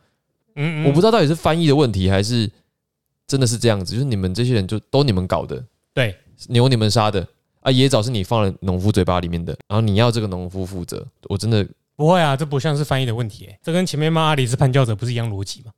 [SPEAKER 1] 嗯
[SPEAKER 2] 我不知
[SPEAKER 1] 道。
[SPEAKER 2] 道到底是翻译的问题，还是真的是这样子，就是你们这些人就都你们搞的，
[SPEAKER 1] 对，
[SPEAKER 2] 牛你们杀的啊，野枣是你放了农夫嘴巴里面的，然后你要这个农夫负责，我真的
[SPEAKER 1] 不会啊，这不像是翻译的问题、欸，这跟前面骂阿里是叛教者不是一样逻辑吗？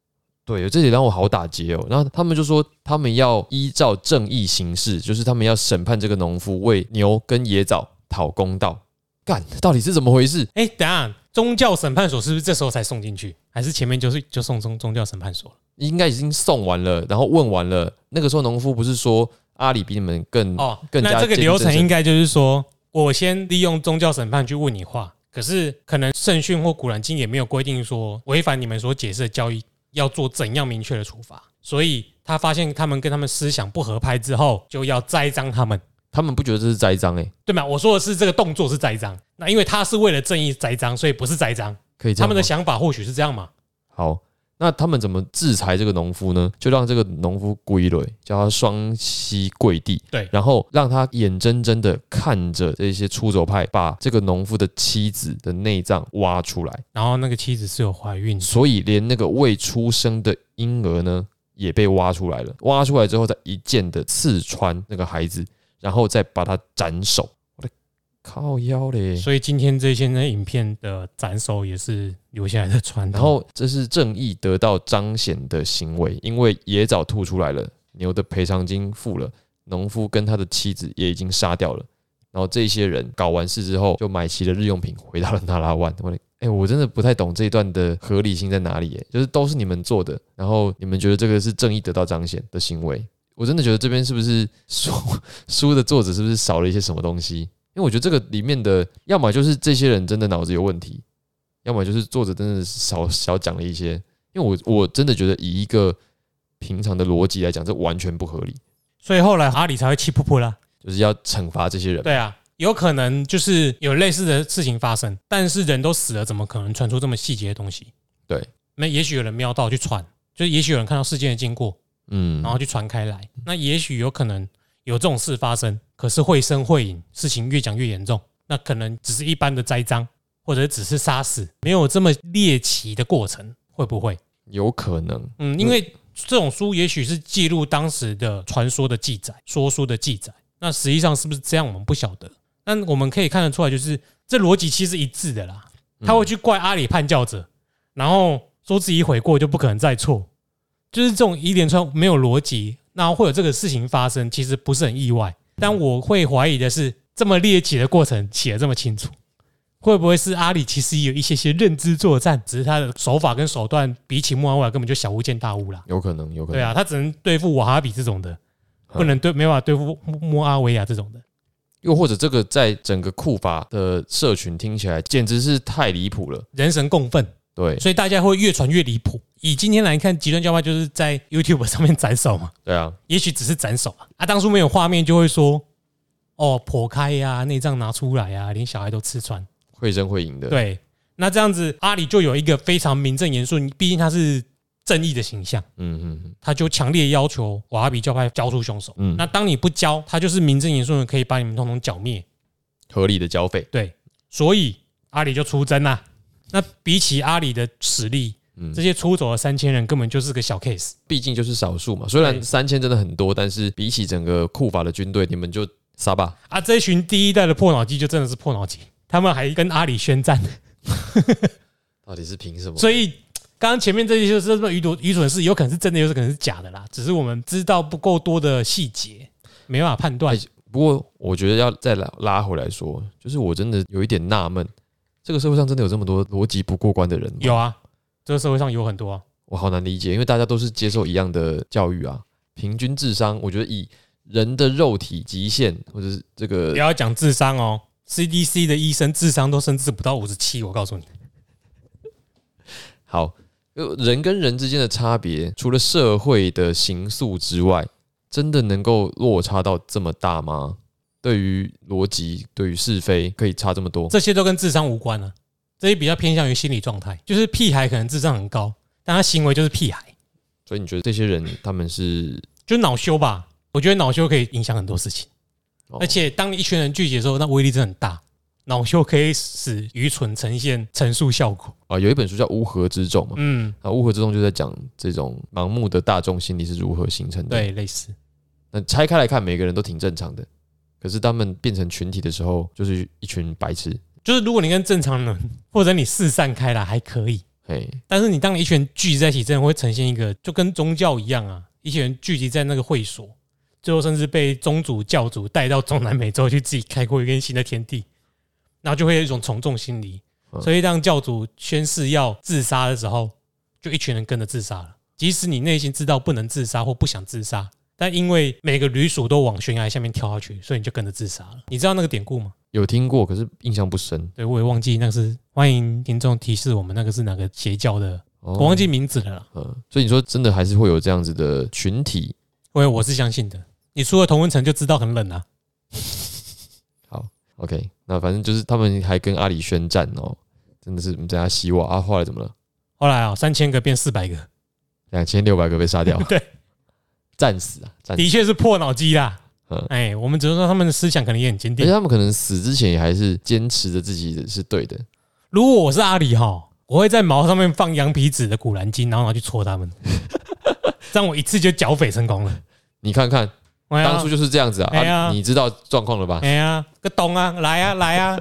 [SPEAKER 2] 对，这也让我好打结哦。然后他们就说他们要依照正义行事，就是他们要审判这个农夫为牛跟野枣讨公道。干，到底是怎么回事？
[SPEAKER 1] 哎、等一下，宗教审判所是不是这时候才送进去，还是前面就是就送宗宗教审判所了？
[SPEAKER 2] 应该已经送完了，然后问完了。那个时候农夫不是说阿里比你们更
[SPEAKER 1] 哦，
[SPEAKER 2] 嗯更加
[SPEAKER 1] 那这个
[SPEAKER 2] 接近
[SPEAKER 1] 流程
[SPEAKER 2] 真
[SPEAKER 1] 应该就是说，我先利用宗教审判去问你话，可是可能圣训或古兰经也没有规定说违反你们所解释的教义要做怎样明确的处罚，所以他发现他们跟他们思想不合拍之后，就要栽赃他们。
[SPEAKER 2] 他们不觉得这是栽赃哎、
[SPEAKER 1] 对吗？我说的是这个动作是栽赃，那因为他是为了正义栽赃，所以不是栽赃。
[SPEAKER 2] 可以这
[SPEAKER 1] 他
[SPEAKER 2] 样
[SPEAKER 1] 们的
[SPEAKER 2] 吗
[SPEAKER 1] 想法或许是这样嘛？
[SPEAKER 2] 好，那他们怎么制裁这个农夫呢？就让这个农夫跪累，叫他双膝跪地，
[SPEAKER 1] 对
[SPEAKER 2] 然后让他眼睁睁的看着这些出走派把这个农夫的妻子的内脏挖出来，
[SPEAKER 1] 然后那个妻子是有怀孕的，
[SPEAKER 2] 所以连那个未出生的婴儿呢也被挖出来了。挖出来之后，再一剑的刺穿那个孩子，然后再把他斩首。我的靠腰嘞！
[SPEAKER 1] 所以今天这些呢影片的斩首也是留下来的传统。
[SPEAKER 2] 然后这是正义得到彰显的行为，因为野枣吐出来了，牛的赔偿金付了，农夫跟他的妻子也已经杀掉了。然后这些人搞完事之后，就买齐了日用品，回到了纳拉万。我的， [laughs] 哎、我真的不太懂这一段的合理性在哪里、哎，就是都是你们做的，然后你们觉得这个是正义得到彰显的行为，我真的觉得这边是不是 [laughs] 书书的作者是不是少了一些什么东西？因为我觉得这个里面的，要么就是这些人真的脑子有问题，要么就是作者真的少少讲了一些，因为我我真的觉得以一个平常的逻辑来讲，这完全不合理，
[SPEAKER 1] 所以后来阿里才会气噗噗啦。
[SPEAKER 2] 就是要惩罚这些人。
[SPEAKER 1] 对啊，有可能就是有类似的事情发生，但是人都死了，怎么可能传出这么细节的东西？
[SPEAKER 2] 对，
[SPEAKER 1] 那也许有人瞄到去传，就是也许有人看到事件的经过，
[SPEAKER 2] 嗯
[SPEAKER 1] 然，后去传开来。那也许有可能有这种事发生，可是会声会影，事情越讲越严重。那可能只是一般的栽赃，或者只是杀死，没有这么猎奇的过程，会不会？
[SPEAKER 2] 有可能，
[SPEAKER 1] 嗯，因为这种书也许是记录当时的传说的记载、说书的记载，那实际上是不是这样，我们不晓得。但我们可以看得出来，就是这逻辑其实一致的啦。他会去怪阿里叛教者，然后说自己悔过就不可能再错，就是这种一连串没有逻辑，那会有这个事情发生，其实不是很意外。但我会怀疑的是，这么猎奇的过程写的这么清楚，会不会是阿里其实有一些些认知作战，只是他的手法跟手段比起穆罕默德根本就小巫见大巫啦。
[SPEAKER 2] 有可能，有可能。
[SPEAKER 1] 对啊，他嗯只能对付瓦哈比这种的，不能对没办法对付穆穆阿维亚这种的。
[SPEAKER 2] 又或者这个在整个库法的社群听起来简直是太离谱了。
[SPEAKER 1] 人神共愤，
[SPEAKER 2] 对，
[SPEAKER 1] 所以大家会越传越离谱，以今天来看，极端教派就是在 YouTube 上面斩首嘛， [laughs]
[SPEAKER 2] 对啊，
[SPEAKER 1] 也许只是斩首啊。啊，当初没有画面就会说，哦，剖开呀、内脏拿出来呀、连小孩都吃穿。
[SPEAKER 2] 会真会赢的。，
[SPEAKER 1] 对，那这样子阿里就有一个非常名正言顺，毕竟他是正义的形象，
[SPEAKER 2] 嗯嗯嗯，
[SPEAKER 1] 他就强烈要求瓦哈比教派交出凶手。
[SPEAKER 2] 嗯
[SPEAKER 1] 那当你不交，他就是名正言顺的可以把你们通通剿灭。
[SPEAKER 2] 合理的交费。
[SPEAKER 1] 对，所以阿里就出征啦、那比起阿里的实力，
[SPEAKER 2] 嗯
[SPEAKER 1] 这些出走的三千人根本就是个小 case。
[SPEAKER 2] 毕竟就是少数嘛。虽然
[SPEAKER 1] 对
[SPEAKER 2] 三千真的很多，但是比起整个库法的军队，你们就杀吧。
[SPEAKER 1] 啊，这一群第一代的破脑机就真的是破脑机，他们还跟阿里宣战，
[SPEAKER 2] 到底是凭什么？
[SPEAKER 1] 所以。刚刚前面这些就是这么愚蠢愚蠢的事，有可能是真的，有可能是假的啦。只是我们知道不够多的细节，没办法判断
[SPEAKER 2] 哎。不过我觉得要再拉拉回来说，就是我真的有一点纳闷，这个社会上真的有这么多逻辑不过关的人吗？
[SPEAKER 1] 有啊，这个社会上有很多啊。
[SPEAKER 2] 我好难理解，因为大家都是接受一样的教育啊， [laughs] 平均智商，我觉得以人的肉体极限或者是这个
[SPEAKER 1] 不要讲智商哦，CDC 的医生智商都甚至不到五十七，我告诉你。
[SPEAKER 2] 好，呃人跟人之间的差别，除了社会的形塑之外，真的能够落差到这么大吗？对于逻辑，对于是非，可以差这么多？
[SPEAKER 1] 这些都跟智商无关啊，这些比较偏向于心理状态，就是屁孩可能智商很高，但他行为就是屁孩，
[SPEAKER 2] 所以你觉得这些人他们是？
[SPEAKER 1] 就恼羞吧。我觉得恼羞可以影响很多事情，
[SPEAKER 2] 哦
[SPEAKER 1] 而且当一群人聚集的时候，那威力真的很大。恼羞可以使愚蠢呈现陈述效果。
[SPEAKER 2] 啊，有一本书叫《乌合之众》嘛，
[SPEAKER 1] 嗯，
[SPEAKER 2] 啊，《乌合之众》就在讲这种盲目的大众心理是如何形成的。，
[SPEAKER 1] 对，类似。
[SPEAKER 2] 那拆开来看，每个人都挺正常的，可是他们变成群体的时候，就是一群白痴。
[SPEAKER 1] 就是如果你跟正常人，或者你四散开来还可以，
[SPEAKER 2] 嘿，
[SPEAKER 1] 但是你当你一群人聚集在一起，真的会呈现一个就跟宗教一样啊，一群人聚集在那个会所，最后甚至被宗主教主带到中南美洲去自己开阔一片新的天地，然后就会有一种从众心理。
[SPEAKER 2] 嗯
[SPEAKER 1] 所以当教主宣誓要自杀的时候，就一群人跟着自杀了。即使你内心知道不能自杀或不想自杀，但因为每个旅鼠都往悬崖下面跳下去，所以你就跟着自杀了。你知道那个典故吗？
[SPEAKER 2] 有听过，可是印象不深。
[SPEAKER 1] 对，我也忘记那个是欢迎听众提示我们那个是哪个邪教的，
[SPEAKER 2] 哦
[SPEAKER 1] 我忘记名字了啦。
[SPEAKER 2] 嗯，所以你说真的还是会有这样子的群体。
[SPEAKER 1] 因为我是相信的。你出了同温层就知道很冷啊。
[SPEAKER 2] OK，那反正就是他们还跟阿里宣战哦，真的是我们在他希望啊，后来怎么了？
[SPEAKER 1] 后来啊、三千个变四百个，
[SPEAKER 2] 两千六百个被杀掉，
[SPEAKER 1] 对，
[SPEAKER 2] 战死啊，战死。
[SPEAKER 1] 的确是破脑机啦
[SPEAKER 2] 嗯。哎
[SPEAKER 1] 哎，我们只能说他们的思想可能也很坚
[SPEAKER 2] 而且
[SPEAKER 1] 定。
[SPEAKER 2] 他们可能死之前也还是坚持着自己的是对的，
[SPEAKER 1] 如果我是阿里哈，我会在毛上面放羊皮纸的古兰经，然后拿去戳他们， [laughs] 这样我一次就剿匪成功了。
[SPEAKER 2] 你看看，
[SPEAKER 1] 哎
[SPEAKER 2] 当
[SPEAKER 1] 呀
[SPEAKER 2] 初，就是这样子啊，
[SPEAKER 1] 哎呀
[SPEAKER 2] 啊你知道状况了吧？
[SPEAKER 1] 哎呀，个懂啊，来啊，来啊！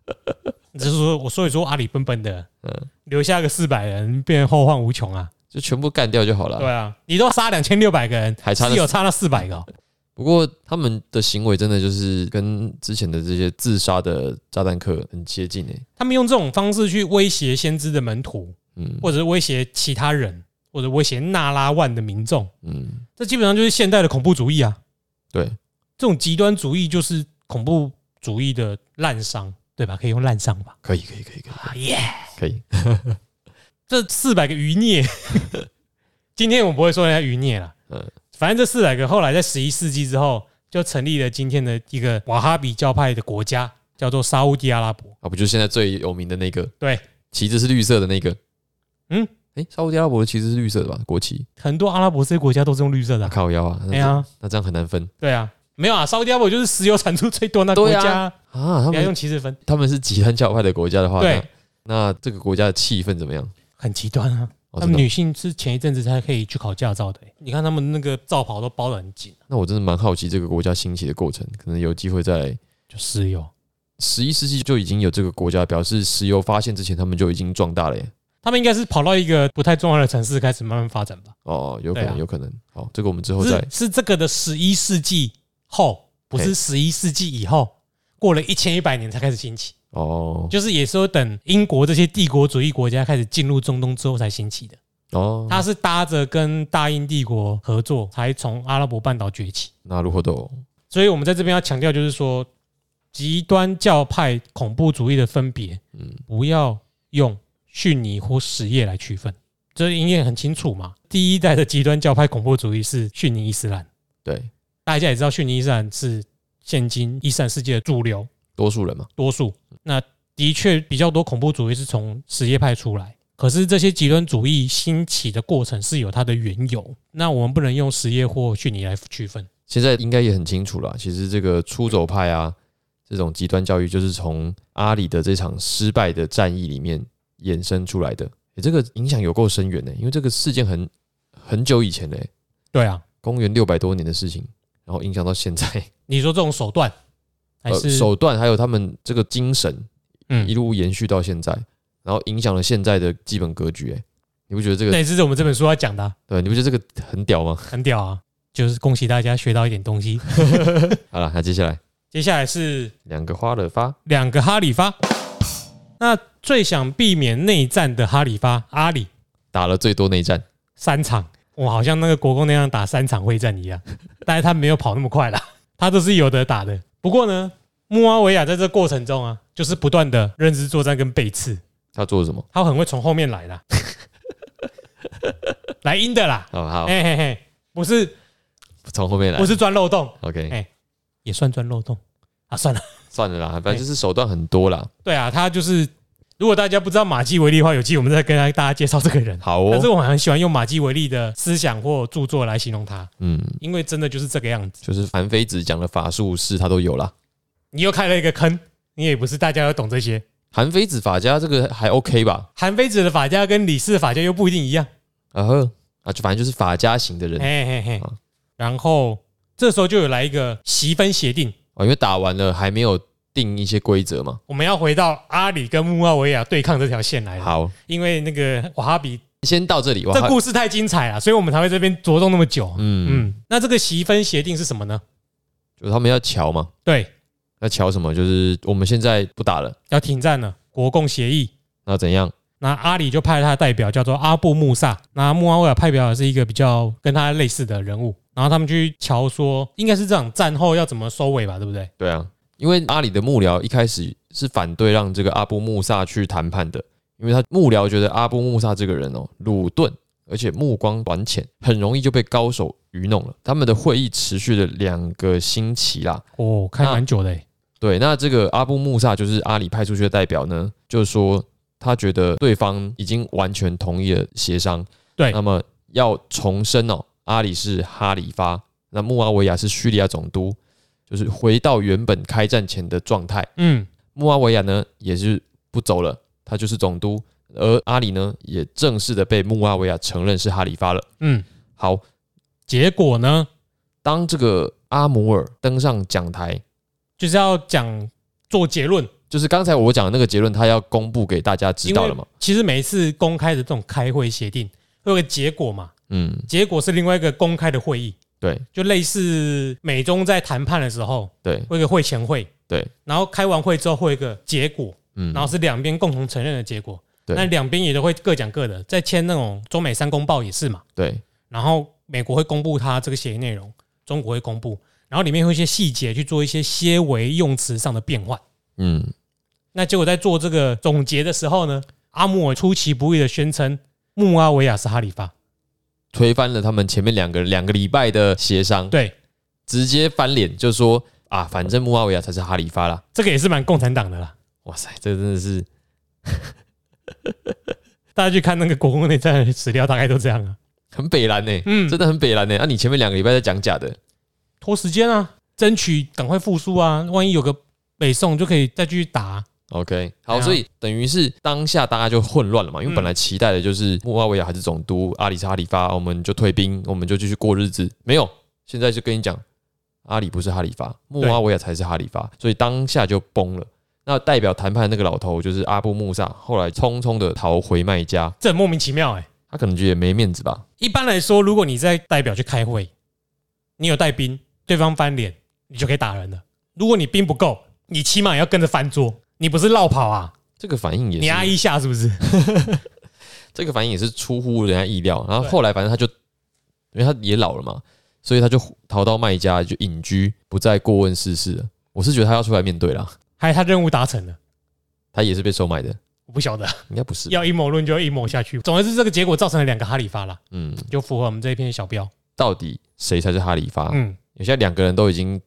[SPEAKER 1] [laughs] 只是说，我所以说阿里笨笨的，
[SPEAKER 2] 嗯
[SPEAKER 1] 留下个四百人，变后患无穷啊。
[SPEAKER 2] 就全部干掉就好
[SPEAKER 1] 对
[SPEAKER 2] 了。
[SPEAKER 1] 啊，你都杀两千六百个人，
[SPEAKER 2] 哎还差那
[SPEAKER 1] 只有差那四百个哦、
[SPEAKER 2] 不过他们的行为真的就是跟之前的这些自杀的炸弹客很接近欸诶、
[SPEAKER 1] 他们用这种方式去威胁先知的门徒，
[SPEAKER 2] 嗯
[SPEAKER 1] 或者是威胁其他人，或者威胁纳拉万的民众，
[SPEAKER 2] 嗯，
[SPEAKER 1] 这基本上就是现代的恐怖主义啊！
[SPEAKER 2] 对，
[SPEAKER 1] 这种极端主义就是恐怖主义的滥觞，对吧？可以用滥觞吧？
[SPEAKER 2] 可以可以可以可以
[SPEAKER 1] 啊耶！
[SPEAKER 2] 可以，
[SPEAKER 1] 这四百个余
[SPEAKER 2] [laughs]
[SPEAKER 1] 孽，今天我不会说人家余孽了，
[SPEAKER 2] 嗯
[SPEAKER 1] 反正这四百个后来在十一世纪之后就成立了今天的一个瓦哈比教派的国家，叫做沙乌地阿拉伯。
[SPEAKER 2] 啊，不就是现在最有名的那个？
[SPEAKER 1] 对，
[SPEAKER 2] 旗子是绿色的那个。
[SPEAKER 1] 嗯，
[SPEAKER 2] 诶，沙烏地阿拉伯的旗子是绿色的吧？国旗。
[SPEAKER 1] 很多阿拉伯这些国家都是用绿色的
[SPEAKER 2] 啊、
[SPEAKER 1] 啊、
[SPEAKER 2] 靠腰啊，那
[SPEAKER 1] 哎
[SPEAKER 2] 这、
[SPEAKER 1] 呀，
[SPEAKER 2] 那这样很难分
[SPEAKER 1] 对啊，没有啊，沙特阿拉伯就是石油产出最多那国
[SPEAKER 2] 对
[SPEAKER 1] 家
[SPEAKER 2] 啊
[SPEAKER 1] 啊，
[SPEAKER 2] 啊。他
[SPEAKER 1] 不要
[SPEAKER 2] 们
[SPEAKER 1] 用歧视分，
[SPEAKER 2] 他们是极端教派的国家的话，
[SPEAKER 1] 对，
[SPEAKER 2] 那，那这个国家的气氛怎么样？
[SPEAKER 1] 很极端啊。
[SPEAKER 2] 哦、
[SPEAKER 1] 他
[SPEAKER 2] 真
[SPEAKER 1] 们
[SPEAKER 2] 的哦，
[SPEAKER 1] 女性是前一阵子才可以去考驾照的欸、你看他们那个罩袍都包得很紧，啊
[SPEAKER 2] 那我真的蛮好奇这个国家兴起的过程，可能有机会在
[SPEAKER 1] 就石油。
[SPEAKER 2] 十一世纪就已经有这个国家，表示石油发现之前他们就已经壮大了耶。
[SPEAKER 1] 他们应该是跑到一个不太重要的城市开始慢慢发展吧？
[SPEAKER 2] 哦，有可
[SPEAKER 1] 对
[SPEAKER 2] 能，
[SPEAKER 1] 啊
[SPEAKER 2] 有可能。好，这个我们之后再
[SPEAKER 1] 是是这个的十一世纪后，不是
[SPEAKER 2] 嘿
[SPEAKER 1] 十一世纪以后，过了一千一百年才开始兴起，
[SPEAKER 2] 哦
[SPEAKER 1] 就是也是有等英国这些帝国主义国家开始进入中东之后才兴起的。
[SPEAKER 2] 哦。
[SPEAKER 1] 它是搭着跟大英帝国合作，才从阿拉伯半岛崛起。
[SPEAKER 2] 那如何都
[SPEAKER 1] 所以我们在这边要强调，就是说极端教派恐怖主义的分别，
[SPEAKER 2] 嗯
[SPEAKER 1] 不要用逊尼或什叶来区分，就是因为很清楚嘛，第一代的极端教派恐怖主义是逊尼伊斯兰，
[SPEAKER 2] 对，
[SPEAKER 1] 大家也知道逊尼伊斯兰是现今伊斯兰世界的主流
[SPEAKER 2] 多数人嘛，
[SPEAKER 1] 多数。那的确比较多恐怖主义是从什叶派出来，可是这些极端主义兴起的过程是有它的缘由，那我们不能用什叶或逊尼来区分。
[SPEAKER 2] 现在应该也很清楚了。其实这个出走派啊，这种极端教育就是从阿里的这场失败的战役里面衍生出来的。诶这个影响有够深远呢、因为这个事件很很久以前嘞、
[SPEAKER 1] 对啊，
[SPEAKER 2] 公元六百多年的事情，然后影响到现在，
[SPEAKER 1] 你说这种手段还
[SPEAKER 2] 呃，
[SPEAKER 1] 是、
[SPEAKER 2] 手段还有他们这个精神一
[SPEAKER 1] 嗯，
[SPEAKER 2] 路延续到现在，然后影响了现在的基本格局、诶，你不觉得这个
[SPEAKER 1] 那也是我们这本书要讲的啊、
[SPEAKER 2] 对？你不觉得这个很屌吗？ [laughs]
[SPEAKER 1] 很屌啊！就是恭喜大家学到一点东西。
[SPEAKER 2] 好了，那接下来
[SPEAKER 1] 接下来是
[SPEAKER 2] 两个花了发，
[SPEAKER 1] 两个哈里发，那最想避免内战的哈里发阿里
[SPEAKER 2] 打了最多内战，
[SPEAKER 1] 三场，哇，好像那个国共那样打三场会战一样， [laughs] 但是他没有跑那么快啦，他都是有的打的。不过呢，穆阿维亚在这过程中啊，就是不断的认知作战跟背刺，
[SPEAKER 2] 他做了什么？
[SPEAKER 1] 他很会从后面来啦， [laughs] 来阴的啦，
[SPEAKER 2] 好好，
[SPEAKER 1] 嘿嘿嘿，不是
[SPEAKER 2] 从后面来
[SPEAKER 1] 不。哎是钻漏洞，
[SPEAKER 2] OK，
[SPEAKER 1] 哎也算钻漏洞啊，算了。
[SPEAKER 2] 算了啦，反正就是手段很多啦。
[SPEAKER 1] 对啊，他就是如果大家不知道马基维利的话，有机会我们再跟大家介绍这个人。
[SPEAKER 2] 好
[SPEAKER 1] 但是
[SPEAKER 2] 哦，
[SPEAKER 1] 我很喜欢用马基维利的思想或著作来形容他，
[SPEAKER 2] 嗯，
[SPEAKER 1] 因为真的就是这个样子。
[SPEAKER 2] 就是樊飞子讲的法术是他都有啦。
[SPEAKER 1] 你又开了一个坑，你也不是大家要懂这些。
[SPEAKER 2] 韩非子法家这个还 OK 吧？
[SPEAKER 1] 韩非子的法家跟李氏的法家又不一定一样，
[SPEAKER 2] 啊呵，啊，就反正就是法家型的人
[SPEAKER 1] 嘿嘿嘿
[SPEAKER 2] 啊。
[SPEAKER 1] 然后这时候就有来一个席分协定，
[SPEAKER 2] 哦，因为打完了还没有定一些规则嘛。
[SPEAKER 1] 我们要回到阿里跟穆阿维亚对抗这条线来了。
[SPEAKER 2] 好，
[SPEAKER 1] 因为那个瓦哈比
[SPEAKER 2] 先到这里。哇
[SPEAKER 1] 哎这，故事太精彩了，所以我们才会这边着重那么久。
[SPEAKER 2] 嗯，
[SPEAKER 1] 嗯，那这个席分协定是什么呢？
[SPEAKER 2] 就是他们要瞧嘛，
[SPEAKER 1] 对，
[SPEAKER 2] 要瞧什么？就是我们现在不打了，
[SPEAKER 1] 要停战了，国共协议。
[SPEAKER 2] 那怎样？
[SPEAKER 1] 那阿里就派了他的代表叫做阿布穆萨，那穆阿维尔派表是一个比较跟他类似的人物，然后他们去瞧说，应该是这场战后要怎么收尾吧，对不对？
[SPEAKER 2] 对啊，因为阿里的幕僚一开始是反对让这个阿布穆萨去谈判的，因为他幕僚觉得阿布穆萨这个人哦鲁钝，而且目光短浅，很容易就被高手愚弄了。他们的会议持续了两个星期啦。
[SPEAKER 1] 哦，开蛮久的欸，
[SPEAKER 2] 对，那这个阿布穆萨就是阿里派出去的代表呢，就是说他觉得对方已经完全同意了协商，
[SPEAKER 1] 对
[SPEAKER 2] 那么要重申哦，阿里是哈里发，那穆阿维亚是叙利亚总督，就是回到原本开战前的状态。
[SPEAKER 1] 嗯，
[SPEAKER 2] 穆阿维亚呢也是不走了，他就是总督，而阿里呢也正式的被穆阿维亚承认是哈里发了。
[SPEAKER 1] 嗯，
[SPEAKER 2] 好，
[SPEAKER 1] 结果呢，
[SPEAKER 2] 当这个阿姆尔登上讲台，
[SPEAKER 1] 就是要讲做结论。
[SPEAKER 2] 就是刚才我讲的那个结论，他要公布给大家知道了嘛？
[SPEAKER 1] 其实每一次公开的这种开会协定，会有个结果嘛，
[SPEAKER 2] 嗯，
[SPEAKER 1] 结果是另外一个公开的会议，
[SPEAKER 2] 对
[SPEAKER 1] 就类似美中在谈判的时候
[SPEAKER 2] 对
[SPEAKER 1] 会有一个会前会，
[SPEAKER 2] 对，
[SPEAKER 1] 然后开完会之后会有一个结果，
[SPEAKER 2] 嗯
[SPEAKER 1] 然，后是两边共同承认的结果。
[SPEAKER 2] 对
[SPEAKER 1] 那两边也都会各讲各的，在签那种中美三公报也是嘛。
[SPEAKER 2] 对
[SPEAKER 1] 然后美国会公布它这个协议内容，中国会公布，然后里面会有一些细节去做一些些微用词上的变换。
[SPEAKER 2] 嗯，
[SPEAKER 1] 那结果在做这个总结的时候呢，阿姆尔出其不意的宣称穆阿维亚是哈里发，
[SPEAKER 2] 推翻了他们前面两个两个礼拜的协商，
[SPEAKER 1] 对，
[SPEAKER 2] 直接翻脸，就说啊，反正穆阿维亚才是哈里发啦。
[SPEAKER 1] 这个也是蛮共产党的啦。
[SPEAKER 2] 哇塞，这真的是
[SPEAKER 1] 大家去看那个国共内战的史料，大概都这样啊，
[SPEAKER 2] 很北蓝呢、
[SPEAKER 1] 嗯
[SPEAKER 2] 真的很北蓝呢、那你前面两个礼拜在讲假的，
[SPEAKER 1] 拖时间啊，争取赶快复苏啊，万一有个北宋就可以再继续打啊、
[SPEAKER 2] OK，
[SPEAKER 1] 对
[SPEAKER 2] 好，
[SPEAKER 1] 啊
[SPEAKER 2] 所以等于是当下大家就混乱了嘛，因
[SPEAKER 1] 嗯
[SPEAKER 2] 为本来期待的就是穆阿维亚还是总督，阿里是哈里发，我们就退兵，我们就继续过日子。没有，现在就跟你讲，阿里不是哈里发，穆阿维亚才是哈里发，所以当下就崩了。那代表谈判的那个老头就是阿布穆萨，后来匆匆的逃回麦加，
[SPEAKER 1] 这很莫名其妙哎、
[SPEAKER 2] 他可能觉得也没面子吧。
[SPEAKER 1] 一般来说，如果你在代表去开会，你有带兵，对方翻脸，你就可以打人了。如果你兵不够，你起码也要跟着翻桌，你不是绕跑啊？
[SPEAKER 2] 这个反应也
[SPEAKER 1] 你
[SPEAKER 2] 是
[SPEAKER 1] 压一下是不是？
[SPEAKER 2] 这个反应也是出乎人家意料。然后
[SPEAKER 1] 对
[SPEAKER 2] 后来反正他就，因为他也老了嘛，所以他就逃到麦家就隐居，不再过问世事了。我是觉得他要出来面对啦，
[SPEAKER 1] 还有他任务达成了，
[SPEAKER 2] 他也是被收买的。
[SPEAKER 1] 我不晓得，
[SPEAKER 2] 应该不是。
[SPEAKER 1] 要阴谋论就要阴谋下去。总而言之，这个结果造成了两个哈里发啦，
[SPEAKER 2] 嗯，
[SPEAKER 1] 就符合我们这一篇的小标。
[SPEAKER 2] 到底谁才是哈里发？
[SPEAKER 1] 嗯，
[SPEAKER 2] 有些两个人都已经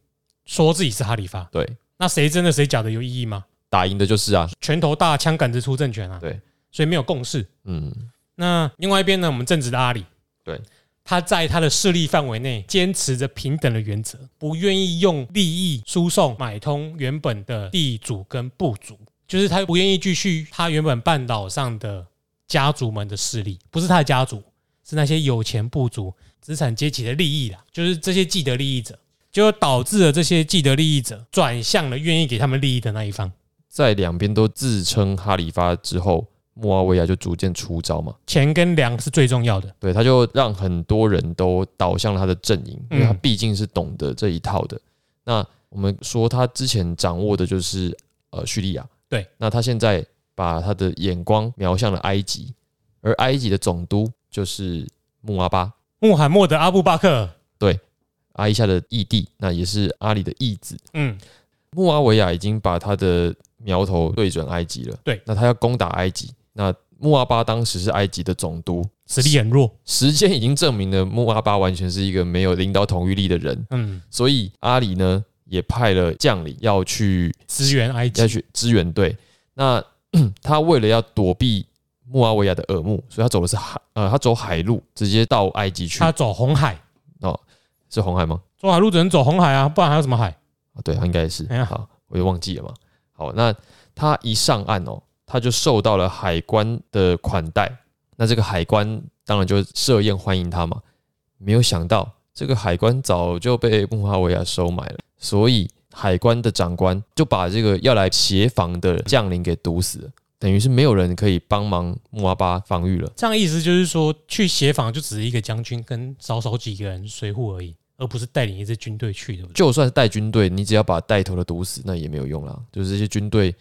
[SPEAKER 1] 说自己是哈里发，
[SPEAKER 2] 对
[SPEAKER 1] 那谁真的谁假的有意义吗？
[SPEAKER 2] 打赢的就是啊，
[SPEAKER 1] 拳头大，枪杆子出政权啊。
[SPEAKER 2] 对，
[SPEAKER 1] 所以没有共识。
[SPEAKER 2] 嗯，
[SPEAKER 1] 那另外一边呢，我们正直的阿里，
[SPEAKER 2] 对，
[SPEAKER 1] 他在他的势力范围内坚持着平等的原则，不愿意用利益输送买通原本的地主跟部族，就是他不愿意继续他原本半岛上的家族们的势力，不是他的家族，是那些有钱部族、资产阶级的利益啦，就是这些既得利益者，就导致了这些既得利益者转向了愿意给他们利益的那一方。
[SPEAKER 2] 在两边都自称哈里发之后，穆阿维亚就逐渐出招嘛。
[SPEAKER 1] 钱跟粮是最重要的，
[SPEAKER 2] 对，他就让很多人都倒向了他的阵营，因为他
[SPEAKER 1] 嗯
[SPEAKER 2] 毕竟是懂得这一套的。那我们说他之前掌握的就是呃叙利亚，
[SPEAKER 1] 对，
[SPEAKER 2] 那他现在把他的眼光瞄向了埃及，而埃及的总督就是穆阿巴，
[SPEAKER 1] 穆罕默德·阿布巴克，
[SPEAKER 2] 阿伊夏的义弟，那也是阿里的义子。
[SPEAKER 1] 嗯，
[SPEAKER 2] 穆阿维亚已经把他的苗头对准埃及了，
[SPEAKER 1] 对
[SPEAKER 2] 那他要攻打埃及。那穆阿巴当时是埃及的总督，
[SPEAKER 1] 实力很弱，
[SPEAKER 2] 时间已经证明了穆阿巴完全是一个没有领导统御力的人。
[SPEAKER 1] 嗯，
[SPEAKER 2] 所以阿里呢也派了将领要去
[SPEAKER 1] 支援埃及，
[SPEAKER 2] 要去支援队。那 [clears throat] 他为了要躲避穆阿维亚的耳目，所以他走的是海呃，他走海路，直接到埃及去
[SPEAKER 1] 他。走红海，
[SPEAKER 2] 是红海吗？
[SPEAKER 1] 走海路只能走红海啊，不然还有什么海？
[SPEAKER 2] 啊，对，他应该是
[SPEAKER 1] 哎。呀
[SPEAKER 2] 好，我就忘记了嘛。好，那他一上岸哦，他就受到了海关的款待。那这个海关当然就设宴欢迎他嘛。没有想到，这个海关早就被穆哈维亚收买了，所以海关的长官就把这个要来协防的将领给毒死了，等于是没有人可以帮忙穆阿巴防御了。
[SPEAKER 1] 这样意思就是说，去协防就只是一个将军跟少少几个人随护而已，而不是带领一支军队去，对不对？
[SPEAKER 2] 就算是带军队，你只要把带头的毒死，那也没有用啦。就是这些军队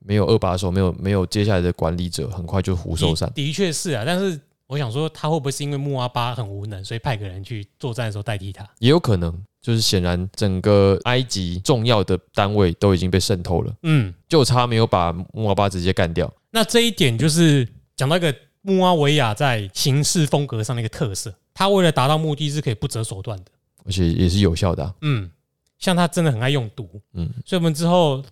[SPEAKER 2] 没有二把手，没有没有接下来的管理者，很快就虎受
[SPEAKER 1] 的
[SPEAKER 2] 散。
[SPEAKER 1] 的确是啊，但是我想说，他会不会是因为穆阿巴很无能，所以派个人去作战的时候代替他？
[SPEAKER 2] 也有可能，就是显然整个埃及重要的单位都已经被渗透了，
[SPEAKER 1] 嗯，
[SPEAKER 2] 就差没有把穆阿巴直接干掉。
[SPEAKER 1] 那这一点就是讲到一个穆阿维亚在行事风格上的一个特色，他为了达到目的是可以不择手段的。
[SPEAKER 2] 而且也是有效的啊、
[SPEAKER 1] 嗯，像他真的很爱用毒，
[SPEAKER 2] 嗯，
[SPEAKER 1] 所以我们之后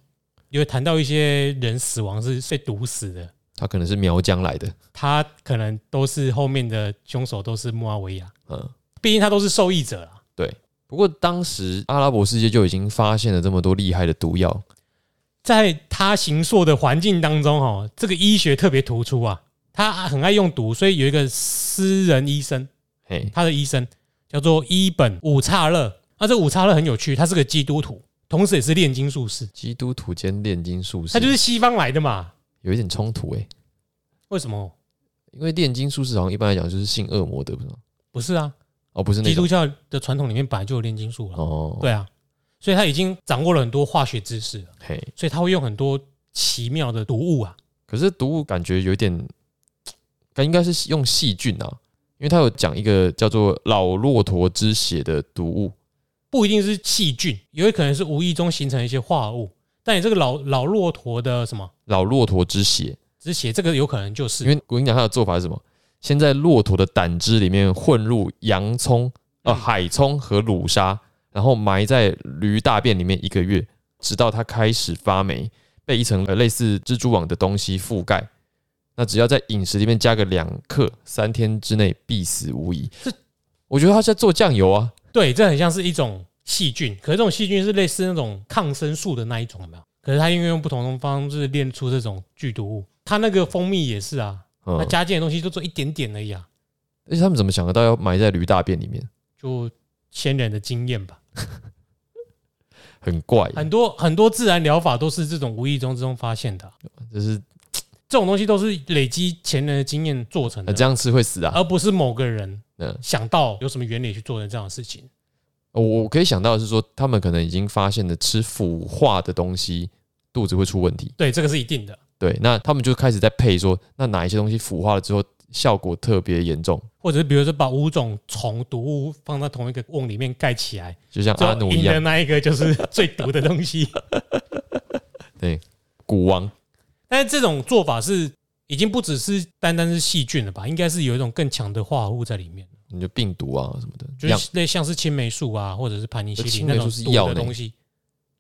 [SPEAKER 1] 有谈到一些人死亡是被毒死的，
[SPEAKER 2] 他可能是苗疆来的，
[SPEAKER 1] 他可能都是后面的凶手都是穆阿维亚，
[SPEAKER 2] 嗯。
[SPEAKER 1] 毕竟他都是受益者啊啦。
[SPEAKER 2] 不过当时阿拉伯世界就已经发现了这么多厉害的毒药，
[SPEAKER 1] 在他行硕的环境当中，哦，这个医学特别突出啊，他很爱用毒，所以有一个私人医生，
[SPEAKER 2] 嘿，
[SPEAKER 1] 他的医生叫做伊本五叉勒，啊，这五叉勒很有趣，他是个基督徒，同时也是炼金术士，
[SPEAKER 2] 基督徒间炼金术士，
[SPEAKER 1] 他就是西方来的嘛？
[SPEAKER 2] 有一点冲突诶、欸
[SPEAKER 1] 为什么？
[SPEAKER 2] 因为炼金术士好像一般来讲就是信恶魔的，不是吗？
[SPEAKER 1] 不是啊，
[SPEAKER 2] 哦，不是那
[SPEAKER 1] 基
[SPEAKER 2] 种
[SPEAKER 1] 督教的传统里面本来就有炼金术了。
[SPEAKER 2] 哦，
[SPEAKER 1] 对啊，所以他已经掌握了很多化学知识了，
[SPEAKER 2] 嘿，
[SPEAKER 1] 所以他会用很多奇妙的毒物啊。
[SPEAKER 2] 可是毒物感觉有点，感应该是用细菌啊，因为他有讲一个叫做老骆驼之血的毒物，
[SPEAKER 1] 不一定是细菌，也有可能是无意中形成一些化物。但你这个老老骆驼的什么
[SPEAKER 2] 老骆驼之血，
[SPEAKER 1] 只血，这个有可能就
[SPEAKER 2] 因
[SPEAKER 1] 是
[SPEAKER 2] 为我跟你讲他的做法是什么，先在骆驼的胆汁里面混入洋葱、呃
[SPEAKER 1] 嗯
[SPEAKER 2] 海葱和卤沙，然后埋在驴大便里面一个月，直到它开始发霉，被一层呃类似蜘蛛网的东西覆盖。那只要在饮食里面加个两克，三天之内必死无疑。
[SPEAKER 1] 这
[SPEAKER 2] 我觉得他是在做酱油啊，
[SPEAKER 1] 对，这很像是一种细菌，可是这种细菌是类似那种抗生素的那一种，有没有？可是他因为用不同的方式炼出这种剧毒物，他那个蜂蜜也是啊，
[SPEAKER 2] 嗯
[SPEAKER 1] 他，加进的东西就做一点点而已啊，
[SPEAKER 2] 而且他们怎么想得到要埋在驴大便里面？
[SPEAKER 1] 就先人的经验吧。
[SPEAKER 2] 很怪，
[SPEAKER 1] 很多很多自然疗法都是这种无意中之中发现的啊、
[SPEAKER 2] 就是
[SPEAKER 1] 这种东西都是累积前人的经验做成
[SPEAKER 2] 呃
[SPEAKER 1] 的，
[SPEAKER 2] 这样吃会死啊。
[SPEAKER 1] 而不是某个人
[SPEAKER 2] 嗯，
[SPEAKER 1] 想到有什么原理去做的这样的事情。
[SPEAKER 2] 我哦我可以想到的是说，他们可能已经发现了吃腐化的东西肚子会出问题。
[SPEAKER 1] 对，这个是一定的，
[SPEAKER 2] 对，那他们就开始在配说，那哪一些东西腐化了之后效果特别严重，
[SPEAKER 1] 或者是比如说把五种虫毒物放在同一个瓮里面盖起来，
[SPEAKER 2] 就像
[SPEAKER 1] 最
[SPEAKER 2] 阿
[SPEAKER 1] 后
[SPEAKER 2] 啊努一
[SPEAKER 1] 赢的
[SPEAKER 2] 样，
[SPEAKER 1] 那一个就是最毒的东西。
[SPEAKER 2] 古王
[SPEAKER 1] [laughs] 但是这种做法是已经不只是单单是细菌了吧？应该是有一种更强的化合物在里面，
[SPEAKER 2] 你就病毒啊什么的，
[SPEAKER 1] 就
[SPEAKER 2] 两
[SPEAKER 1] 是类像是青霉素啊，或者是盘尼西林
[SPEAKER 2] 青
[SPEAKER 1] 那
[SPEAKER 2] 霉
[SPEAKER 1] 种
[SPEAKER 2] 素是
[SPEAKER 1] 毒
[SPEAKER 2] 药
[SPEAKER 1] 的
[SPEAKER 2] 呢
[SPEAKER 1] 东西，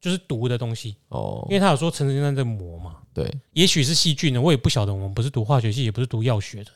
[SPEAKER 1] 就是毒的东西。
[SPEAKER 2] 哦
[SPEAKER 1] 因，为他有说陈陈丹在磨嘛，
[SPEAKER 2] 对，
[SPEAKER 1] 也许是细菌的，我也不晓得。我们不是读化学系，也不是读药学的，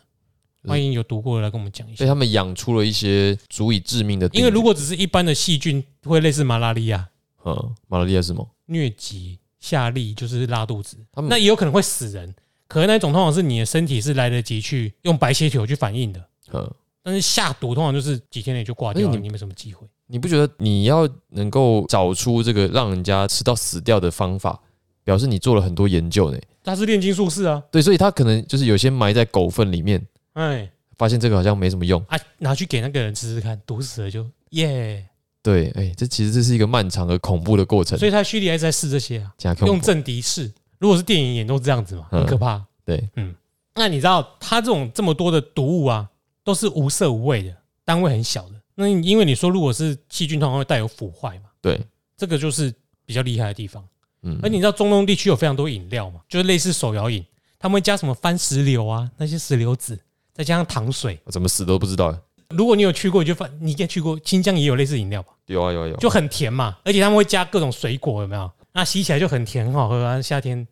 [SPEAKER 2] 是
[SPEAKER 1] 欢迎有读过的来跟我们讲一下
[SPEAKER 2] 所以。他们养出了一些足以致命的病
[SPEAKER 1] 因
[SPEAKER 2] 毒，
[SPEAKER 1] 为如果只是一般的细菌，会类似马拉利亚、
[SPEAKER 2] 嗯，马拉利亚是吗？
[SPEAKER 1] 啊疟疾、下痢，就是拉肚子，
[SPEAKER 2] 他们
[SPEAKER 1] 那也有可能会死人。可能那种通常是你的身体是来得及去用白血球去反应的，
[SPEAKER 2] 嗯，
[SPEAKER 1] 但是下毒通常就是几天内就挂掉
[SPEAKER 2] 而
[SPEAKER 1] 了，
[SPEAKER 2] 且你
[SPEAKER 1] 你没什么机会。
[SPEAKER 2] 你不觉得你要能够找出这个让人家吃到死掉的方法，表示你做了很多研究呢？
[SPEAKER 1] 他是炼金术士啊，
[SPEAKER 2] 对，所以他可能就是有些埋在狗粪里面，
[SPEAKER 1] 哎
[SPEAKER 2] 发现这个好像没什么用。
[SPEAKER 1] 啊，拿去给那个人吃吃看，毒死了就耶。
[SPEAKER 2] 对，哎、这其实这是一个漫长而恐怖的过程。
[SPEAKER 1] 所以他蓄力还是在试这些啊。
[SPEAKER 2] 加
[SPEAKER 1] 用正敌视。如果是电影演都是这样子嘛，
[SPEAKER 2] 嗯
[SPEAKER 1] 很可怕。
[SPEAKER 2] 对，
[SPEAKER 1] 嗯，那你知道它这种这么多的毒物啊，都是无色无味的，单位很小的。那你因为你说如果是细菌，通常会带有腐坏嘛，
[SPEAKER 2] 对，
[SPEAKER 1] 这个就是比较厉害的地方。
[SPEAKER 2] 嗯
[SPEAKER 1] 而你知道中东地区有非常多饮料嘛，就是类似手摇饮，他们会加什么番石榴啊，那些石榴籽，再加上糖水。
[SPEAKER 2] 我怎么死都不知道。
[SPEAKER 1] 如果你有去过，你就发你应该去过新疆也有类似饮料吧。
[SPEAKER 2] 有啊有啊有啊
[SPEAKER 1] 就很甜嘛，而且他们会加各种水果，有没有？那洗起来就很甜，很好喝啊。夏天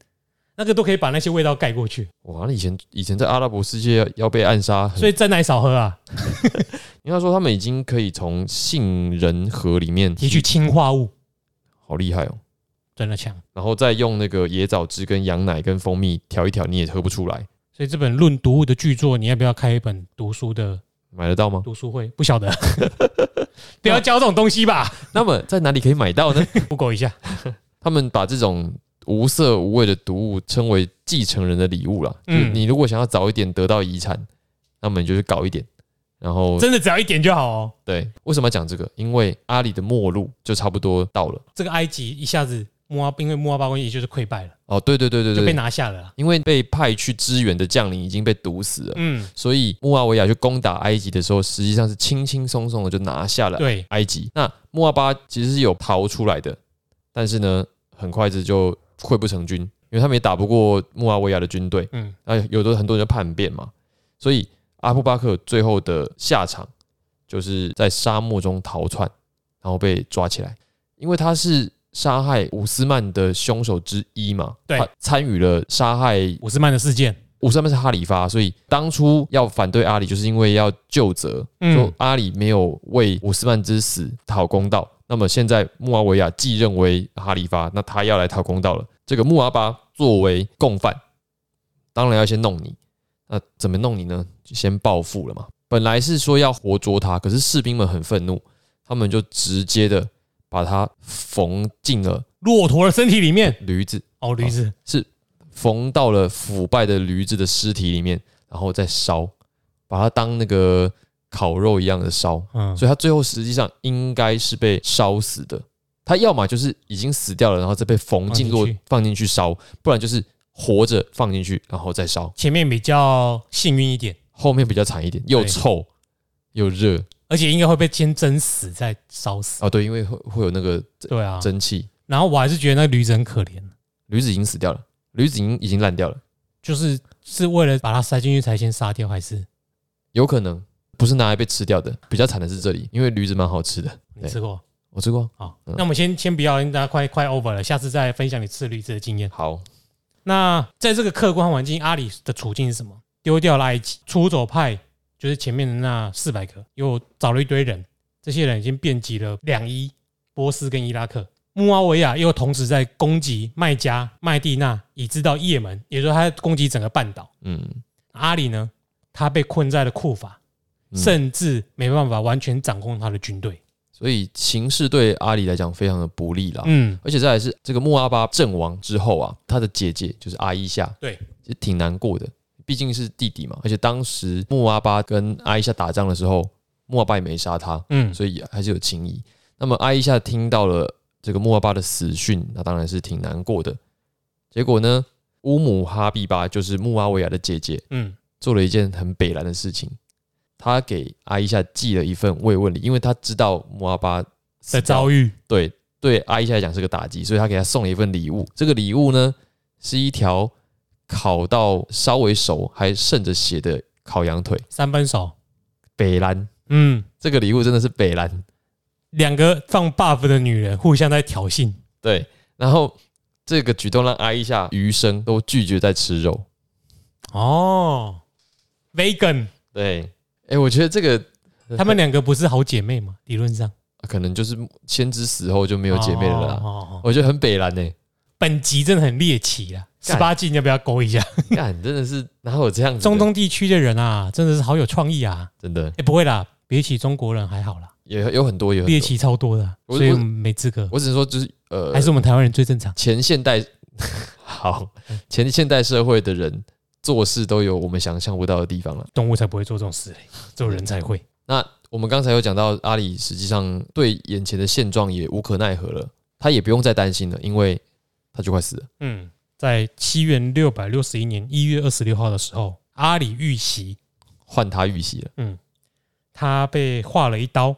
[SPEAKER 1] 那个都可以把那些味道盖过去，
[SPEAKER 2] 哇，那以前以前在阿拉伯世界要要被暗杀，很
[SPEAKER 1] 所以真奶少喝啊，
[SPEAKER 2] 应该说他们已经可以从杏仁核里面
[SPEAKER 1] 提取氰化物
[SPEAKER 2] 好厉害哦。
[SPEAKER 1] 真的强。
[SPEAKER 2] 然后再用那个椰枣汁、跟羊奶、跟蜂蜜调一调，你也喝不出来。
[SPEAKER 1] 所以这本论读物的巨作，你要不要开一本读书的
[SPEAKER 2] 买得
[SPEAKER 1] [laughs]
[SPEAKER 2] 到吗？
[SPEAKER 1] 读书会？不晓得，不要教这种东西吧，
[SPEAKER 2] 那么在哪里可以买到呢？
[SPEAKER 1] [laughs] 不狗一下。
[SPEAKER 2] 他们把这种无色无味的毒物称为继承人的礼物啦。
[SPEAKER 1] 嗯
[SPEAKER 2] 嗯，你如果想要早一点得到遗产，那么你就去搞一点。然后
[SPEAKER 1] 真的只要一点就好哦。
[SPEAKER 2] 对，为什么要讲这个？因为阿里的末路就差不多到了。
[SPEAKER 1] 这个埃及一下子穆阿，因为穆阿巴关也就是溃败了，
[SPEAKER 2] 哦，对对对对
[SPEAKER 1] 就
[SPEAKER 2] 对，
[SPEAKER 1] 被拿下了啦。
[SPEAKER 2] 因为被派去支援的将领已经被毒死了，
[SPEAKER 1] 嗯，
[SPEAKER 2] 所以穆阿维亚去攻打埃及的时候，实际上是轻轻松松的就拿下了
[SPEAKER 1] 对，
[SPEAKER 2] 埃及。那穆阿巴其实是有逃出来的，但是呢，很快这就溃不成军，因为他们也打不过穆阿维亚的军队。
[SPEAKER 1] 嗯，
[SPEAKER 2] 那有的很多人就叛变嘛，所以阿布巴克最后的下场就是在沙漠中逃窜，然后被抓起来，因为他是杀害伍斯曼的凶手之一嘛，
[SPEAKER 1] 对
[SPEAKER 2] 他参与了杀害
[SPEAKER 1] 伍斯曼的事件，
[SPEAKER 2] 伍斯曼是哈里发，所以当初要反对阿里，就是因为要救责，
[SPEAKER 1] 嗯
[SPEAKER 2] 说阿里没有为伍斯曼之死讨公道。那么现在穆阿维亚继任为哈里发，那他要来讨公道了。这个穆阿巴作为共犯，当然要先弄你。那怎么弄你呢？就先报复了嘛。本来是说要活捉他，可是士兵们很愤怒，他们就直接的把他缝进了
[SPEAKER 1] 骆驼的身体里面，
[SPEAKER 2] 驴子，
[SPEAKER 1] 哦，驴子，
[SPEAKER 2] 缝到了腐败的驴子的尸体里面，然后再烧，把它当那个烤肉一样的烧，
[SPEAKER 1] 嗯，
[SPEAKER 2] 所以它最后实际上应该是被烧死的。它要么就是已经死掉了，然后再被缝进
[SPEAKER 1] 放
[SPEAKER 2] 落
[SPEAKER 1] 进去
[SPEAKER 2] 放进去烧，不然就是活着放进去然后再烧。
[SPEAKER 1] 前面比较幸运一点。
[SPEAKER 2] 后面比较惨一点，又
[SPEAKER 1] 对
[SPEAKER 2] 臭又热
[SPEAKER 1] 而且应该会被先蒸死再烧死。
[SPEAKER 2] 啊，对，因为会会有那个蒸
[SPEAKER 1] 对啊，
[SPEAKER 2] 蒸汽。
[SPEAKER 1] 然后我还是觉得那驴子很可怜，啊
[SPEAKER 2] 驴子已经死掉了，驴子已经已经烂掉了，
[SPEAKER 1] 就是是为了把它塞进去才先杀掉，还是
[SPEAKER 2] 有可能不是拿来被吃掉的。比较惨的是这里，因为驴子蛮好吃的，
[SPEAKER 1] 你
[SPEAKER 2] 对
[SPEAKER 1] 吃过？
[SPEAKER 2] 我吃过。
[SPEAKER 1] 好，
[SPEAKER 2] 嗯
[SPEAKER 1] 那我们先先不要，因为大家快快 over 了，下次再分享你吃驴子的经验。
[SPEAKER 2] 好，
[SPEAKER 1] 那在这个客观环境，阿里的处境是什么？丢掉了埃及，出走派就是前面的那四百个，又找了一堆人，这些人已经遍及了两伊、波斯跟伊拉克。穆阿维亚又同时在攻击麦加、麦地那，以至到也门，也就是他在攻击整个半岛。
[SPEAKER 2] 嗯，
[SPEAKER 1] 阿里呢，他被困在了库法，
[SPEAKER 2] 嗯
[SPEAKER 1] 甚至没办法完全掌控他的军队。
[SPEAKER 2] 所以形势对阿里来讲非常的不利啦。
[SPEAKER 1] 嗯，
[SPEAKER 2] 而且再来是这个穆阿巴阵亡之后啊，他的姐姐就是阿伊夏，
[SPEAKER 1] 对，
[SPEAKER 2] 其实挺难过的，毕竟是弟弟嘛。而且当时穆阿巴跟阿伊夏打仗的时候，穆阿巴也没杀他，
[SPEAKER 1] 嗯，
[SPEAKER 2] 所以还是有情谊。那么阿伊夏听到了这个穆阿巴的死讯，那当然是挺难过的。结果呢，乌姆哈比巴就是穆阿维亚的姐姐，
[SPEAKER 1] 嗯，
[SPEAKER 2] 做了一件很北然的事情，他给阿伊夏寄了一份慰问礼，因为他知道穆阿巴死
[SPEAKER 1] 的
[SPEAKER 2] 掉
[SPEAKER 1] 遭遇，
[SPEAKER 2] 对对阿伊夏来讲是个打击，所以他给他送了一份礼物。这个礼物呢是一条烤到稍微熟还渗着血的烤羊腿，
[SPEAKER 1] 三分熟，
[SPEAKER 2] 北兰。
[SPEAKER 1] 嗯，
[SPEAKER 2] 这个礼物真的是北兰。
[SPEAKER 1] 两个放 buff 的女人互相在挑衅，
[SPEAKER 2] 对，然后这个举动让阿一下余生都拒绝再吃肉。
[SPEAKER 1] 哦，vegan，
[SPEAKER 2] 对，哎，我觉得这个
[SPEAKER 1] 她们两个不是好姐妹吗？理论上
[SPEAKER 2] [laughs] 可能就是先知死后就没有姐妹了
[SPEAKER 1] 哦
[SPEAKER 2] 啦。
[SPEAKER 1] 哦哦哦
[SPEAKER 2] 我觉得很北兰呢、
[SPEAKER 1] 本集真的很猎奇啦，十
[SPEAKER 2] 干
[SPEAKER 1] 八禁要不要勾一下？
[SPEAKER 2] [laughs] 干，真的是哪有这样子的？
[SPEAKER 1] 中东地区的人啊，真的是好有创意啊！
[SPEAKER 2] 真的
[SPEAKER 1] 哎、不会啦，比起中国人还好啦，
[SPEAKER 2] 也有很多有很
[SPEAKER 1] 猎
[SPEAKER 2] 多。
[SPEAKER 1] 奇超多的啊，
[SPEAKER 2] 我
[SPEAKER 1] 所以
[SPEAKER 2] 我
[SPEAKER 1] 我们没资格。
[SPEAKER 2] 我只能说，就是呃，
[SPEAKER 1] 还是我们台湾人最正常。
[SPEAKER 2] 前现代 [laughs] 好前现代社会的人做事都有我们想象不到的地方了。
[SPEAKER 1] 动物才不会做这种事、欸，只有人才会。
[SPEAKER 2] 那我们刚才有讲到，阿里实际上对眼前的现状也无可奈何了，他也不用再担心了，因为他就快死了。
[SPEAKER 1] 嗯，在七元六百六十一年一月二十六号的时候，阿里遇袭，
[SPEAKER 2] 换他遇袭了。
[SPEAKER 1] 他被划了一刀。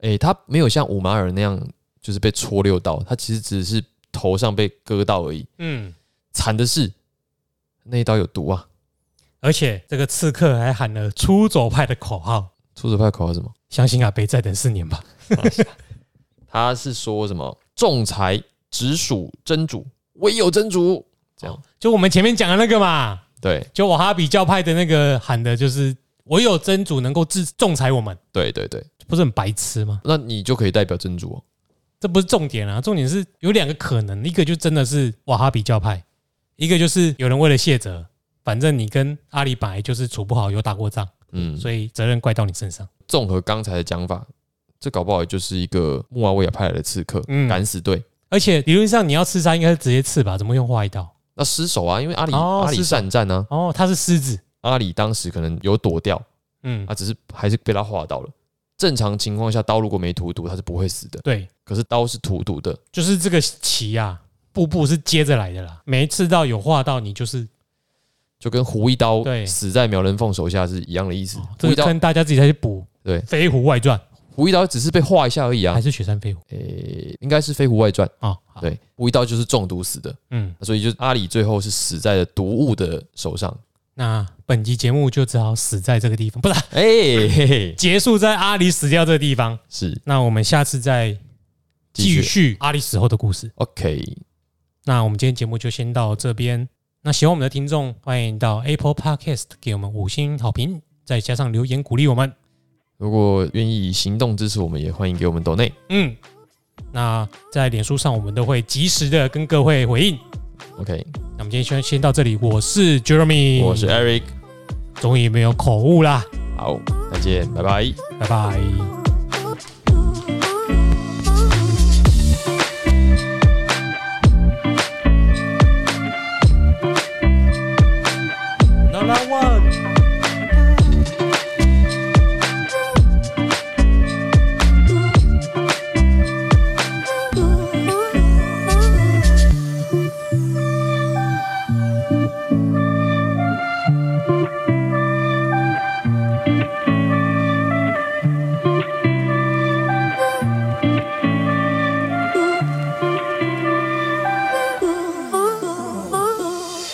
[SPEAKER 2] 诶、他没有像五马尔那样就是被戳六刀，他其实只是头上被割到而已。
[SPEAKER 1] 嗯，
[SPEAKER 2] 惨的是那一刀有毒啊！
[SPEAKER 1] 而且这个刺客还喊了出走派的口号，
[SPEAKER 2] 出子派口号是什么？
[SPEAKER 1] 相信阿北再等四年吧。
[SPEAKER 2] 他是说什么仲裁直属真主，唯有真主。这样
[SPEAKER 1] 就我们前面讲的那个嘛，
[SPEAKER 2] 对
[SPEAKER 1] 就瓦哈比教派的那个喊的就是唯有真主能够制仲裁我们，
[SPEAKER 2] 对对对，
[SPEAKER 1] 不是很白痴吗？
[SPEAKER 2] 那你就可以代表真主、哦。
[SPEAKER 1] 这不是重点啊，重点是有两个可能，一个就真的是瓦哈比教派，一个就是有人为了卸责，反正你跟阿里本来就是处不好，有打过仗，
[SPEAKER 2] 嗯，所以
[SPEAKER 1] 所以责任怪到你身上。
[SPEAKER 2] 综合刚才的讲法，这搞不好就是一个穆阿维亚派来的刺客，
[SPEAKER 1] 嗯
[SPEAKER 2] 敢死队。
[SPEAKER 1] 而且理论上你要刺杀应该是直接刺吧，怎么用划一刀？
[SPEAKER 2] 那失手啊，因为阿里、
[SPEAKER 1] 哦
[SPEAKER 2] 阿里
[SPEAKER 1] 失手
[SPEAKER 2] 善战啊，
[SPEAKER 1] 哦，他是狮子，
[SPEAKER 2] 阿里当时可能有躲掉，
[SPEAKER 1] 嗯，
[SPEAKER 2] 啊，只是还是被他划到了。正常情况下，刀如果没荼毒，他是不会死的。
[SPEAKER 1] 对，
[SPEAKER 2] 可是刀是荼毒的，
[SPEAKER 1] 就是这个棋啊，步步是接着来的啦，每一次到有划到你就是，
[SPEAKER 2] 就跟胡一刀
[SPEAKER 1] 对
[SPEAKER 2] 死在苗人凤手下是一样的意思
[SPEAKER 1] 哦。这
[SPEAKER 2] 胡一
[SPEAKER 1] 个
[SPEAKER 2] 刀
[SPEAKER 1] 坑大家自己再去补。
[SPEAKER 2] 对
[SPEAKER 1] 《飞狐外传》
[SPEAKER 2] 胡一刀只是被划一下而已啊
[SPEAKER 1] 还，是《雪山飞狐》
[SPEAKER 2] 诶，应该是《飞狐外传》
[SPEAKER 1] 啊？好，
[SPEAKER 2] 对，胡一刀就是中毒死的，
[SPEAKER 1] 嗯，
[SPEAKER 2] 所以就是阿里最后是死在了毒物的手上。
[SPEAKER 1] 那本集节目就只好死在这个地方，不是啊
[SPEAKER 2] 哎、嘿嘿，
[SPEAKER 1] 结束在阿里死掉这个地方。
[SPEAKER 2] 是
[SPEAKER 1] 那我们下次再继
[SPEAKER 2] 继续
[SPEAKER 1] 续阿里死后的故事。
[SPEAKER 2] OK，
[SPEAKER 1] 那我们今天节目就先到这边。那喜欢我们的听众，欢迎到 Apple Podcast 给我们五星好评，再加上留言鼓励我们。
[SPEAKER 2] 如果愿意以行动支持我们，也欢迎给我们抖内。
[SPEAKER 1] 嗯，那在脸书上我们都会及时的跟各位回应。
[SPEAKER 2] OK，
[SPEAKER 1] 那我们今天先先到这里，我是 Jeremy，
[SPEAKER 2] 我是 Eric，
[SPEAKER 1] 终于没有口误啦，
[SPEAKER 2] 好，再见，拜拜。
[SPEAKER 1] 拜拜。Another one.